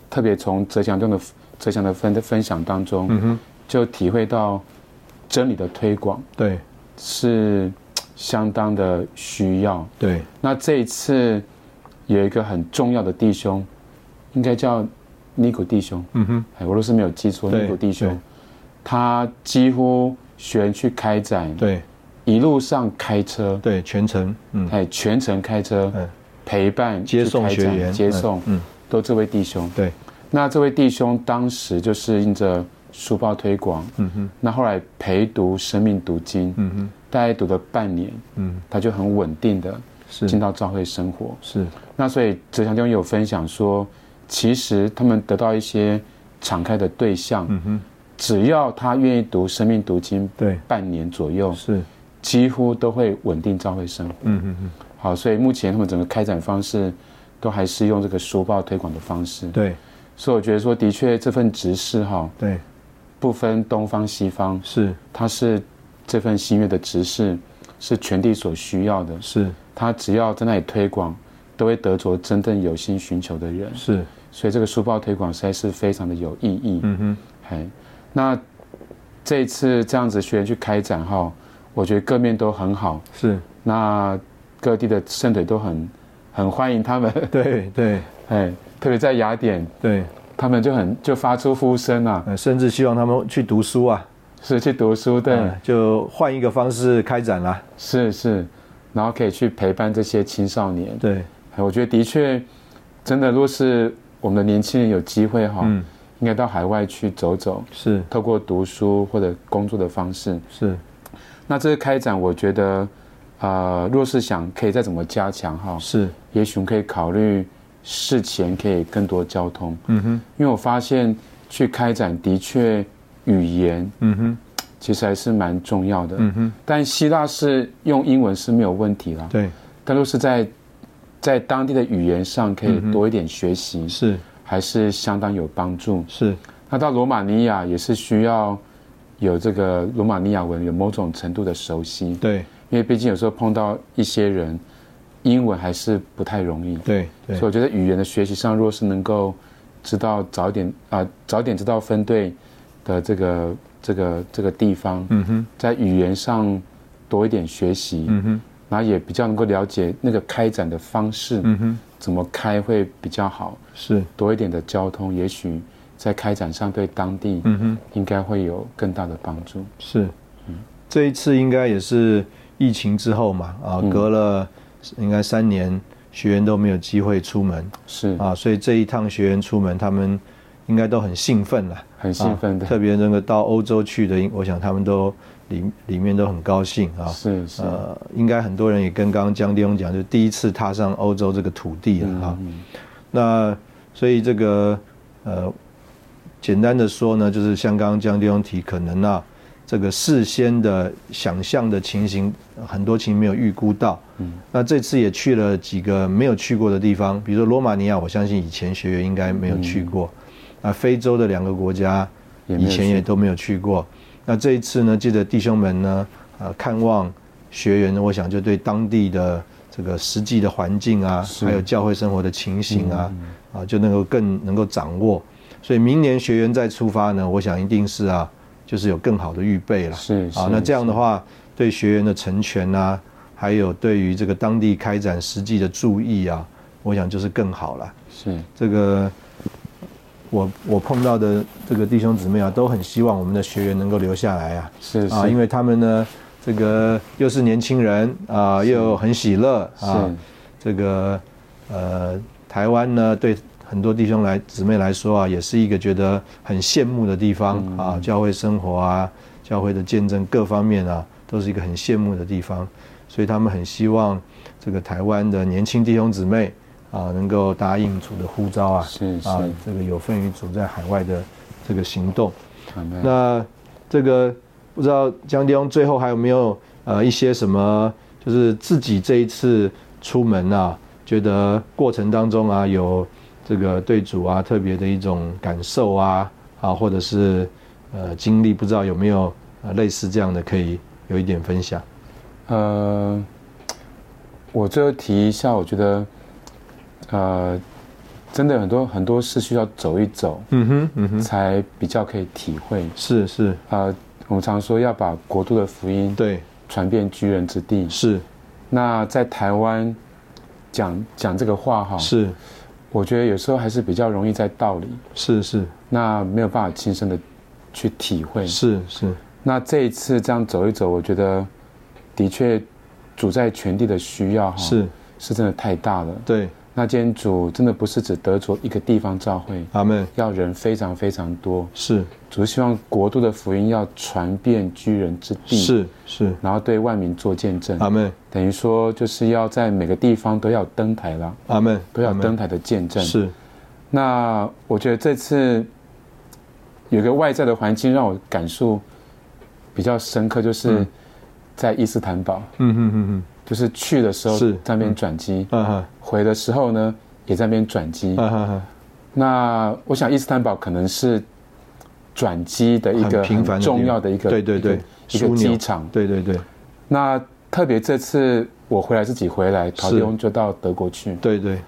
[SPEAKER 3] 特别从哲祥中的哲祥的分分享当中，
[SPEAKER 2] 嗯哼，
[SPEAKER 3] 就体会到真理的推广
[SPEAKER 2] 对
[SPEAKER 3] 是相当的需要。
[SPEAKER 2] 对，
[SPEAKER 3] 那这一次有一个很重要的弟兄，应该叫尼古弟兄，
[SPEAKER 2] 嗯哼，
[SPEAKER 3] 哎，我若是没有记错，
[SPEAKER 2] 对
[SPEAKER 3] 尼古弟兄
[SPEAKER 2] 对，
[SPEAKER 3] 他几乎学去开展，
[SPEAKER 2] 对
[SPEAKER 3] 一路上开车，
[SPEAKER 2] 对，全程，嗯
[SPEAKER 3] 哎，全程开车
[SPEAKER 2] 嗯，
[SPEAKER 3] 陪伴
[SPEAKER 2] 接
[SPEAKER 3] 去
[SPEAKER 2] 送
[SPEAKER 3] 开
[SPEAKER 2] 学
[SPEAKER 3] 展
[SPEAKER 2] 员，
[SPEAKER 3] 接送，
[SPEAKER 2] 嗯，嗯
[SPEAKER 3] 都这位弟兄。
[SPEAKER 2] 对，
[SPEAKER 3] 那这位弟兄当时就是因着书报推广，
[SPEAKER 2] 嗯哼，
[SPEAKER 3] 那后来陪读生命读经，
[SPEAKER 2] 嗯哼，
[SPEAKER 3] 大概读了半年，
[SPEAKER 2] 嗯，
[SPEAKER 3] 他就很稳定的进
[SPEAKER 2] 是
[SPEAKER 3] 到教会生活。
[SPEAKER 2] 是，
[SPEAKER 3] 那所以哲祥弟兄有分享说，其实他们得到一些敞开的对象，
[SPEAKER 2] 嗯哼，
[SPEAKER 3] 只要他愿意读生命读经
[SPEAKER 2] 对，
[SPEAKER 3] 半年左右，
[SPEAKER 2] 是，
[SPEAKER 3] 几乎都会稳定教会生活。
[SPEAKER 2] 嗯哼哼，
[SPEAKER 3] 好，所以目前他们整个开展方式都还是用这个书报推广的方式。
[SPEAKER 2] 对
[SPEAKER 3] 所以我觉得说，的确这份职事哈，
[SPEAKER 2] 对
[SPEAKER 3] 不分东方西方，
[SPEAKER 2] 是
[SPEAKER 3] 它是这份新月的职事，是全地所需要的。
[SPEAKER 2] 是
[SPEAKER 3] 他只要在那里推广，都会得着真正有心寻求的人。
[SPEAKER 2] 是，
[SPEAKER 3] 所以这个书报推广实在是非常的有意义。
[SPEAKER 2] 嗯哼，
[SPEAKER 3] 哎，那这一次这样子学员去开展哈，我觉得各面都很好，
[SPEAKER 2] 是
[SPEAKER 3] 那各地的圣腿都很很欢迎他们。
[SPEAKER 2] 对对
[SPEAKER 3] 哎，特别在雅典，
[SPEAKER 2] 对，
[SPEAKER 3] 他们就很就发出呼声啊，
[SPEAKER 2] 呃，甚至希望他们去读书啊，
[SPEAKER 3] 是去读书对，
[SPEAKER 2] 呃就换一个方式开展啦，
[SPEAKER 3] 是是，然后可以去陪伴这些青少年。
[SPEAKER 2] 对，
[SPEAKER 3] 哎我觉得的确，真的，若是我们的年轻人有机会哈、
[SPEAKER 2] 嗯，
[SPEAKER 3] 应该到海外去走走，
[SPEAKER 2] 是
[SPEAKER 3] 透过读书或者工作的方式。
[SPEAKER 2] 是
[SPEAKER 3] 那这个开展，我觉得，呃，若是想可以再怎么加强哈，
[SPEAKER 2] 是，
[SPEAKER 3] 也许我们可以考虑事前可以更多交通，
[SPEAKER 2] 嗯哼
[SPEAKER 3] 因为我发现去开展的确语言
[SPEAKER 2] 嗯哼
[SPEAKER 3] 其实还是蛮重要的。
[SPEAKER 2] 嗯哼，
[SPEAKER 3] 但希腊是用英文是没有问题啦，
[SPEAKER 2] 对，
[SPEAKER 3] 但若是在在当地的语言上可以多一点学习，
[SPEAKER 2] 是
[SPEAKER 3] 还是相当有帮助。
[SPEAKER 2] 是
[SPEAKER 3] 那到罗马尼亚也是需要有这个罗马尼亚文有某种程度的熟悉，因
[SPEAKER 2] 对
[SPEAKER 3] 为毕竟有时候碰到一些人，英文还是不太容易。
[SPEAKER 2] 对对
[SPEAKER 3] 所以我觉得语言的学习上，若是能够知道早一点啊、早点知道分队的这个这个这个地方，
[SPEAKER 2] 嗯哼
[SPEAKER 3] 在语言上多一点学习，
[SPEAKER 2] 嗯哼
[SPEAKER 3] 然后也比较能够了解那个开展的方式，
[SPEAKER 2] 嗯哼，
[SPEAKER 3] 怎么开会比较好。
[SPEAKER 2] 是，
[SPEAKER 3] 多一点的交通，也许在开展上对当地
[SPEAKER 2] 嗯哼
[SPEAKER 3] 应该会有更大的帮助。
[SPEAKER 2] 是，这一次应该也是疫情之后嘛，啊，隔了应该三年，学员都没有机会出门。
[SPEAKER 3] 是，
[SPEAKER 2] 啊，所以这一趟学员出门，他们应该都很兴奋啦，
[SPEAKER 3] 很兴奋的
[SPEAKER 2] 啊特别那个到欧洲去的，我想他们都里里面都很高兴啊。
[SPEAKER 3] 是是，
[SPEAKER 2] 呃，应该很多人也跟刚刚江弟兄讲，就第一次踏上欧洲这个土地了啊。
[SPEAKER 3] 嗯
[SPEAKER 2] 那所以这个呃，简单的说呢，就是像刚刚江弟兄提，可能啊，这个事先的想象的情形，很多情形没有预估到。嗯，那这次也去了几个没有去过的地方，比如说罗马尼亚，我相信以前学员应该没有去过。那非洲的两个国家，
[SPEAKER 3] 嗯也没
[SPEAKER 2] 以
[SPEAKER 3] 有
[SPEAKER 2] 前
[SPEAKER 3] 去
[SPEAKER 2] 也都没有去过。那这一次呢，记得弟兄们呢，啊、看望学员呢，我想就对当地的这个实际的环境啊，
[SPEAKER 3] 是嗯
[SPEAKER 2] 还有教会生活的情形啊，啊，就能够更能够掌握。所以明年学员再出发呢，我想一定是啊，就是有更好的预备了。
[SPEAKER 3] 是
[SPEAKER 2] 啊
[SPEAKER 3] 是，
[SPEAKER 2] 那这样的话，对学员的成全啊，还有对于这个当地开展实际的注意啊，我想就是更好了。
[SPEAKER 3] 是
[SPEAKER 2] 这个我我碰到的这个弟兄姊妹啊，都很希望我们的学员能够留下来啊，
[SPEAKER 3] 是
[SPEAKER 2] 啊，
[SPEAKER 3] 是，
[SPEAKER 2] 因为他们呢，这个又是年轻人啊，又很喜乐啊
[SPEAKER 3] 是，
[SPEAKER 2] 这个呃，台湾呢对。很多弟兄来姊妹来说啊，也是一个觉得很羡慕的地方、
[SPEAKER 3] 嗯
[SPEAKER 2] 啊，教会生活啊，教会的见证各方面啊，都是一个很羡慕的地方，所以他们很希望这个台湾的年轻弟兄姊妹啊，能够答应主的呼召啊，
[SPEAKER 3] 是是
[SPEAKER 2] 啊，这个有份于主在海外的这个行动。
[SPEAKER 3] 阿门
[SPEAKER 2] 那这个不知道江弟兄最后还有没有呃一些什么，就是自己这一次出门啊，觉得过程当中啊有这个对主啊特别的一种感受啊啊，或者是呃经历，不知道有没有呃类似这样的可以有一点分享。
[SPEAKER 3] 呃，我最后提一下，我觉得，呃，真的很多很多事需要走一走，
[SPEAKER 2] 嗯哼，嗯哼，
[SPEAKER 3] 才比较可以体会。
[SPEAKER 2] 是是，
[SPEAKER 3] 呃，我们常说要把国度的福音
[SPEAKER 2] 对，
[SPEAKER 3] 传遍居人之地。
[SPEAKER 2] 是
[SPEAKER 3] 那在台湾讲讲这个话哈，
[SPEAKER 2] 是
[SPEAKER 3] 我觉得有时候还是比较容易在道理，
[SPEAKER 2] 是是
[SPEAKER 3] 那没有办法亲身的去体会。
[SPEAKER 2] 是是，
[SPEAKER 3] 那这一次这样走一走，我觉得的确主在全地的需要哈，
[SPEAKER 2] 是，
[SPEAKER 3] 是真的太大了。
[SPEAKER 2] 对，
[SPEAKER 3] 那今天主真的不是只得着一个地方召会，
[SPEAKER 2] 阿门，
[SPEAKER 3] 要人非常非常多。
[SPEAKER 2] 是
[SPEAKER 3] 主希望国度的福音要传遍居人之地，，
[SPEAKER 2] 是啊是，
[SPEAKER 3] 然后对万民做见证。
[SPEAKER 2] 阿门，
[SPEAKER 3] 等于说就是要在每个地方都要有登台啦，
[SPEAKER 2] 阿门，
[SPEAKER 3] 都要
[SPEAKER 2] 阿
[SPEAKER 3] 有
[SPEAKER 2] 门
[SPEAKER 3] 登台的见证。。
[SPEAKER 2] 是
[SPEAKER 3] 那我觉得这次有一个外在的环境让我感受比较深刻，就是在伊斯坦堡，
[SPEAKER 2] 嗯嗯嗯
[SPEAKER 3] 就是去的时候
[SPEAKER 2] 是
[SPEAKER 3] 在那边转机，
[SPEAKER 2] 嗯，啊
[SPEAKER 3] 回的时候呢也在那边转机。
[SPEAKER 2] 哈，啊哈哈，
[SPEAKER 3] 那我想伊斯坦堡可能是转机的一个
[SPEAKER 2] 很频繁的地方
[SPEAKER 3] 重要的一个
[SPEAKER 2] 对对对
[SPEAKER 3] 一个一
[SPEAKER 2] 枢
[SPEAKER 3] 个
[SPEAKER 2] 纽
[SPEAKER 3] 机场。
[SPEAKER 2] 对对对
[SPEAKER 3] 那特别这次我回来自己回来，陶弟兄就到德国去。
[SPEAKER 2] 对对，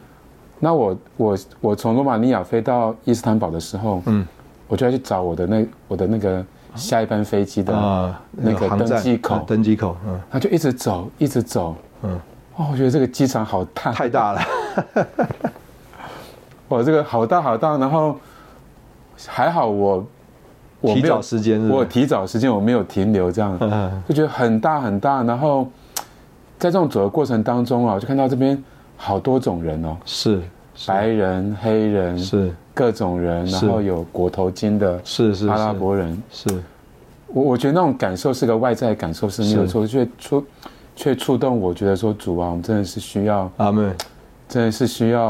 [SPEAKER 3] 那我我我从罗马尼亚飞到伊斯坦堡的时候，
[SPEAKER 2] 嗯
[SPEAKER 3] 我就要去找我的那我的那个下一班飞机的，
[SPEAKER 2] 啊，
[SPEAKER 3] 那个
[SPEAKER 2] 航站
[SPEAKER 3] 登机口
[SPEAKER 2] 啊登机口，嗯
[SPEAKER 3] 他就一直走一直走，
[SPEAKER 2] 嗯，
[SPEAKER 3] 哦，我觉得这个机场好大，
[SPEAKER 2] 太大了，
[SPEAKER 3] 我这个好大好大，然后还好我我
[SPEAKER 2] 提
[SPEAKER 3] 没
[SPEAKER 2] 早
[SPEAKER 3] 有
[SPEAKER 2] 时间是
[SPEAKER 3] 我
[SPEAKER 2] 吧，
[SPEAKER 3] 提早时间我没有停 留这样，
[SPEAKER 2] 嗯嗯
[SPEAKER 3] 就觉得很大很大，然后在这种走的过程当中啊，我就看到这边好多种人哦，
[SPEAKER 2] 是是
[SPEAKER 3] 白人、黑人
[SPEAKER 2] 是
[SPEAKER 3] 各种人，然
[SPEAKER 2] 是
[SPEAKER 3] 后有裹头巾的
[SPEAKER 2] 是是
[SPEAKER 3] 阿拉伯人，
[SPEAKER 2] 是是
[SPEAKER 3] 我我觉得那种感受是个外在的感受是没有错，却触却触动我觉得说主啊，我们真的是需要，
[SPEAKER 2] 阿门，
[SPEAKER 3] 真的是需要，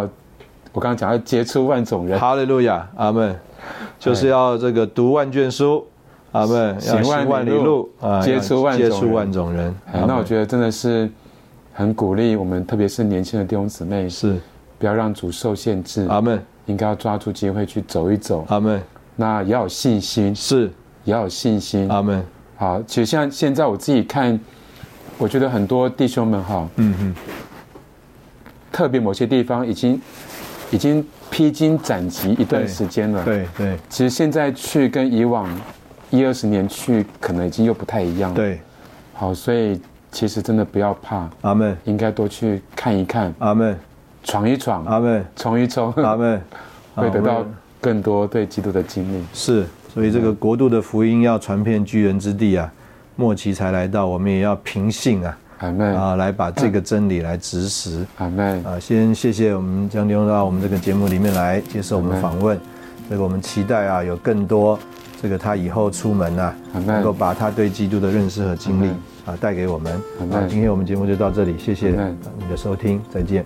[SPEAKER 3] 我刚刚讲要接触万种人，
[SPEAKER 2] 哈利路亚，阿门，就是要这个读万卷书，阿门，
[SPEAKER 3] 行
[SPEAKER 2] 要
[SPEAKER 3] 万
[SPEAKER 2] 行万
[SPEAKER 3] 里
[SPEAKER 2] 里
[SPEAKER 3] 路
[SPEAKER 2] 路啊，
[SPEAKER 3] 接
[SPEAKER 2] 要
[SPEAKER 3] 触万
[SPEAKER 2] 接
[SPEAKER 3] 种
[SPEAKER 2] 触
[SPEAKER 3] 人
[SPEAKER 2] 万种人，
[SPEAKER 3] 哎那我
[SPEAKER 2] 得
[SPEAKER 3] 觉得真的是很鼓励我们，特别是年轻的弟兄姊妹，
[SPEAKER 2] 是
[SPEAKER 3] 不要让主受限制，
[SPEAKER 2] 阿门
[SPEAKER 3] 应该要抓住机会去走一走，
[SPEAKER 2] 阿门
[SPEAKER 3] 那也要有信心，
[SPEAKER 2] 是
[SPEAKER 3] 也要有信心。
[SPEAKER 2] 阿门，
[SPEAKER 3] 好，其实像现在我自己看，我觉得很多弟兄们哈，
[SPEAKER 2] 嗯嗯
[SPEAKER 3] 特别某些地方已经已经披荆斩棘一段
[SPEAKER 2] 对
[SPEAKER 3] 时间了。
[SPEAKER 2] 对对
[SPEAKER 3] 其实现在去跟以往一二十年去，可能已经又不太一样了。，
[SPEAKER 2] 对，
[SPEAKER 3] 好，所以其实真的不要怕，
[SPEAKER 2] 阿门
[SPEAKER 3] 应该多去看一看，
[SPEAKER 2] 阿门
[SPEAKER 3] 闯一闯，
[SPEAKER 2] 阿门
[SPEAKER 3] 冲一冲，
[SPEAKER 2] 阿门，
[SPEAKER 3] 会得
[SPEAKER 2] 啊啊我
[SPEAKER 3] 到
[SPEAKER 2] 们
[SPEAKER 3] 更多对基督的经历。
[SPEAKER 2] 是，所以这个国度的福音要传遍居人之地啊，末期才来到，我们也要凭信啊
[SPEAKER 3] 阿妹，
[SPEAKER 2] 啊，来把这个真理来执实
[SPEAKER 3] 阿妹，
[SPEAKER 2] 啊。先谢谢我们江弟兄到我们这个节目里面来接受我们
[SPEAKER 3] 嗯
[SPEAKER 2] 访问，这个我们期待啊有更多这个他以后出门啊，
[SPEAKER 3] 阿
[SPEAKER 2] 能够
[SPEAKER 3] 妹，
[SPEAKER 2] 把他对基督的认识和经历
[SPEAKER 3] 嗯
[SPEAKER 2] 啊带给我们。
[SPEAKER 3] 嗯
[SPEAKER 2] 啊，今天我们节目就到这里，谢谢
[SPEAKER 3] 嗯
[SPEAKER 2] 你的收听，再见。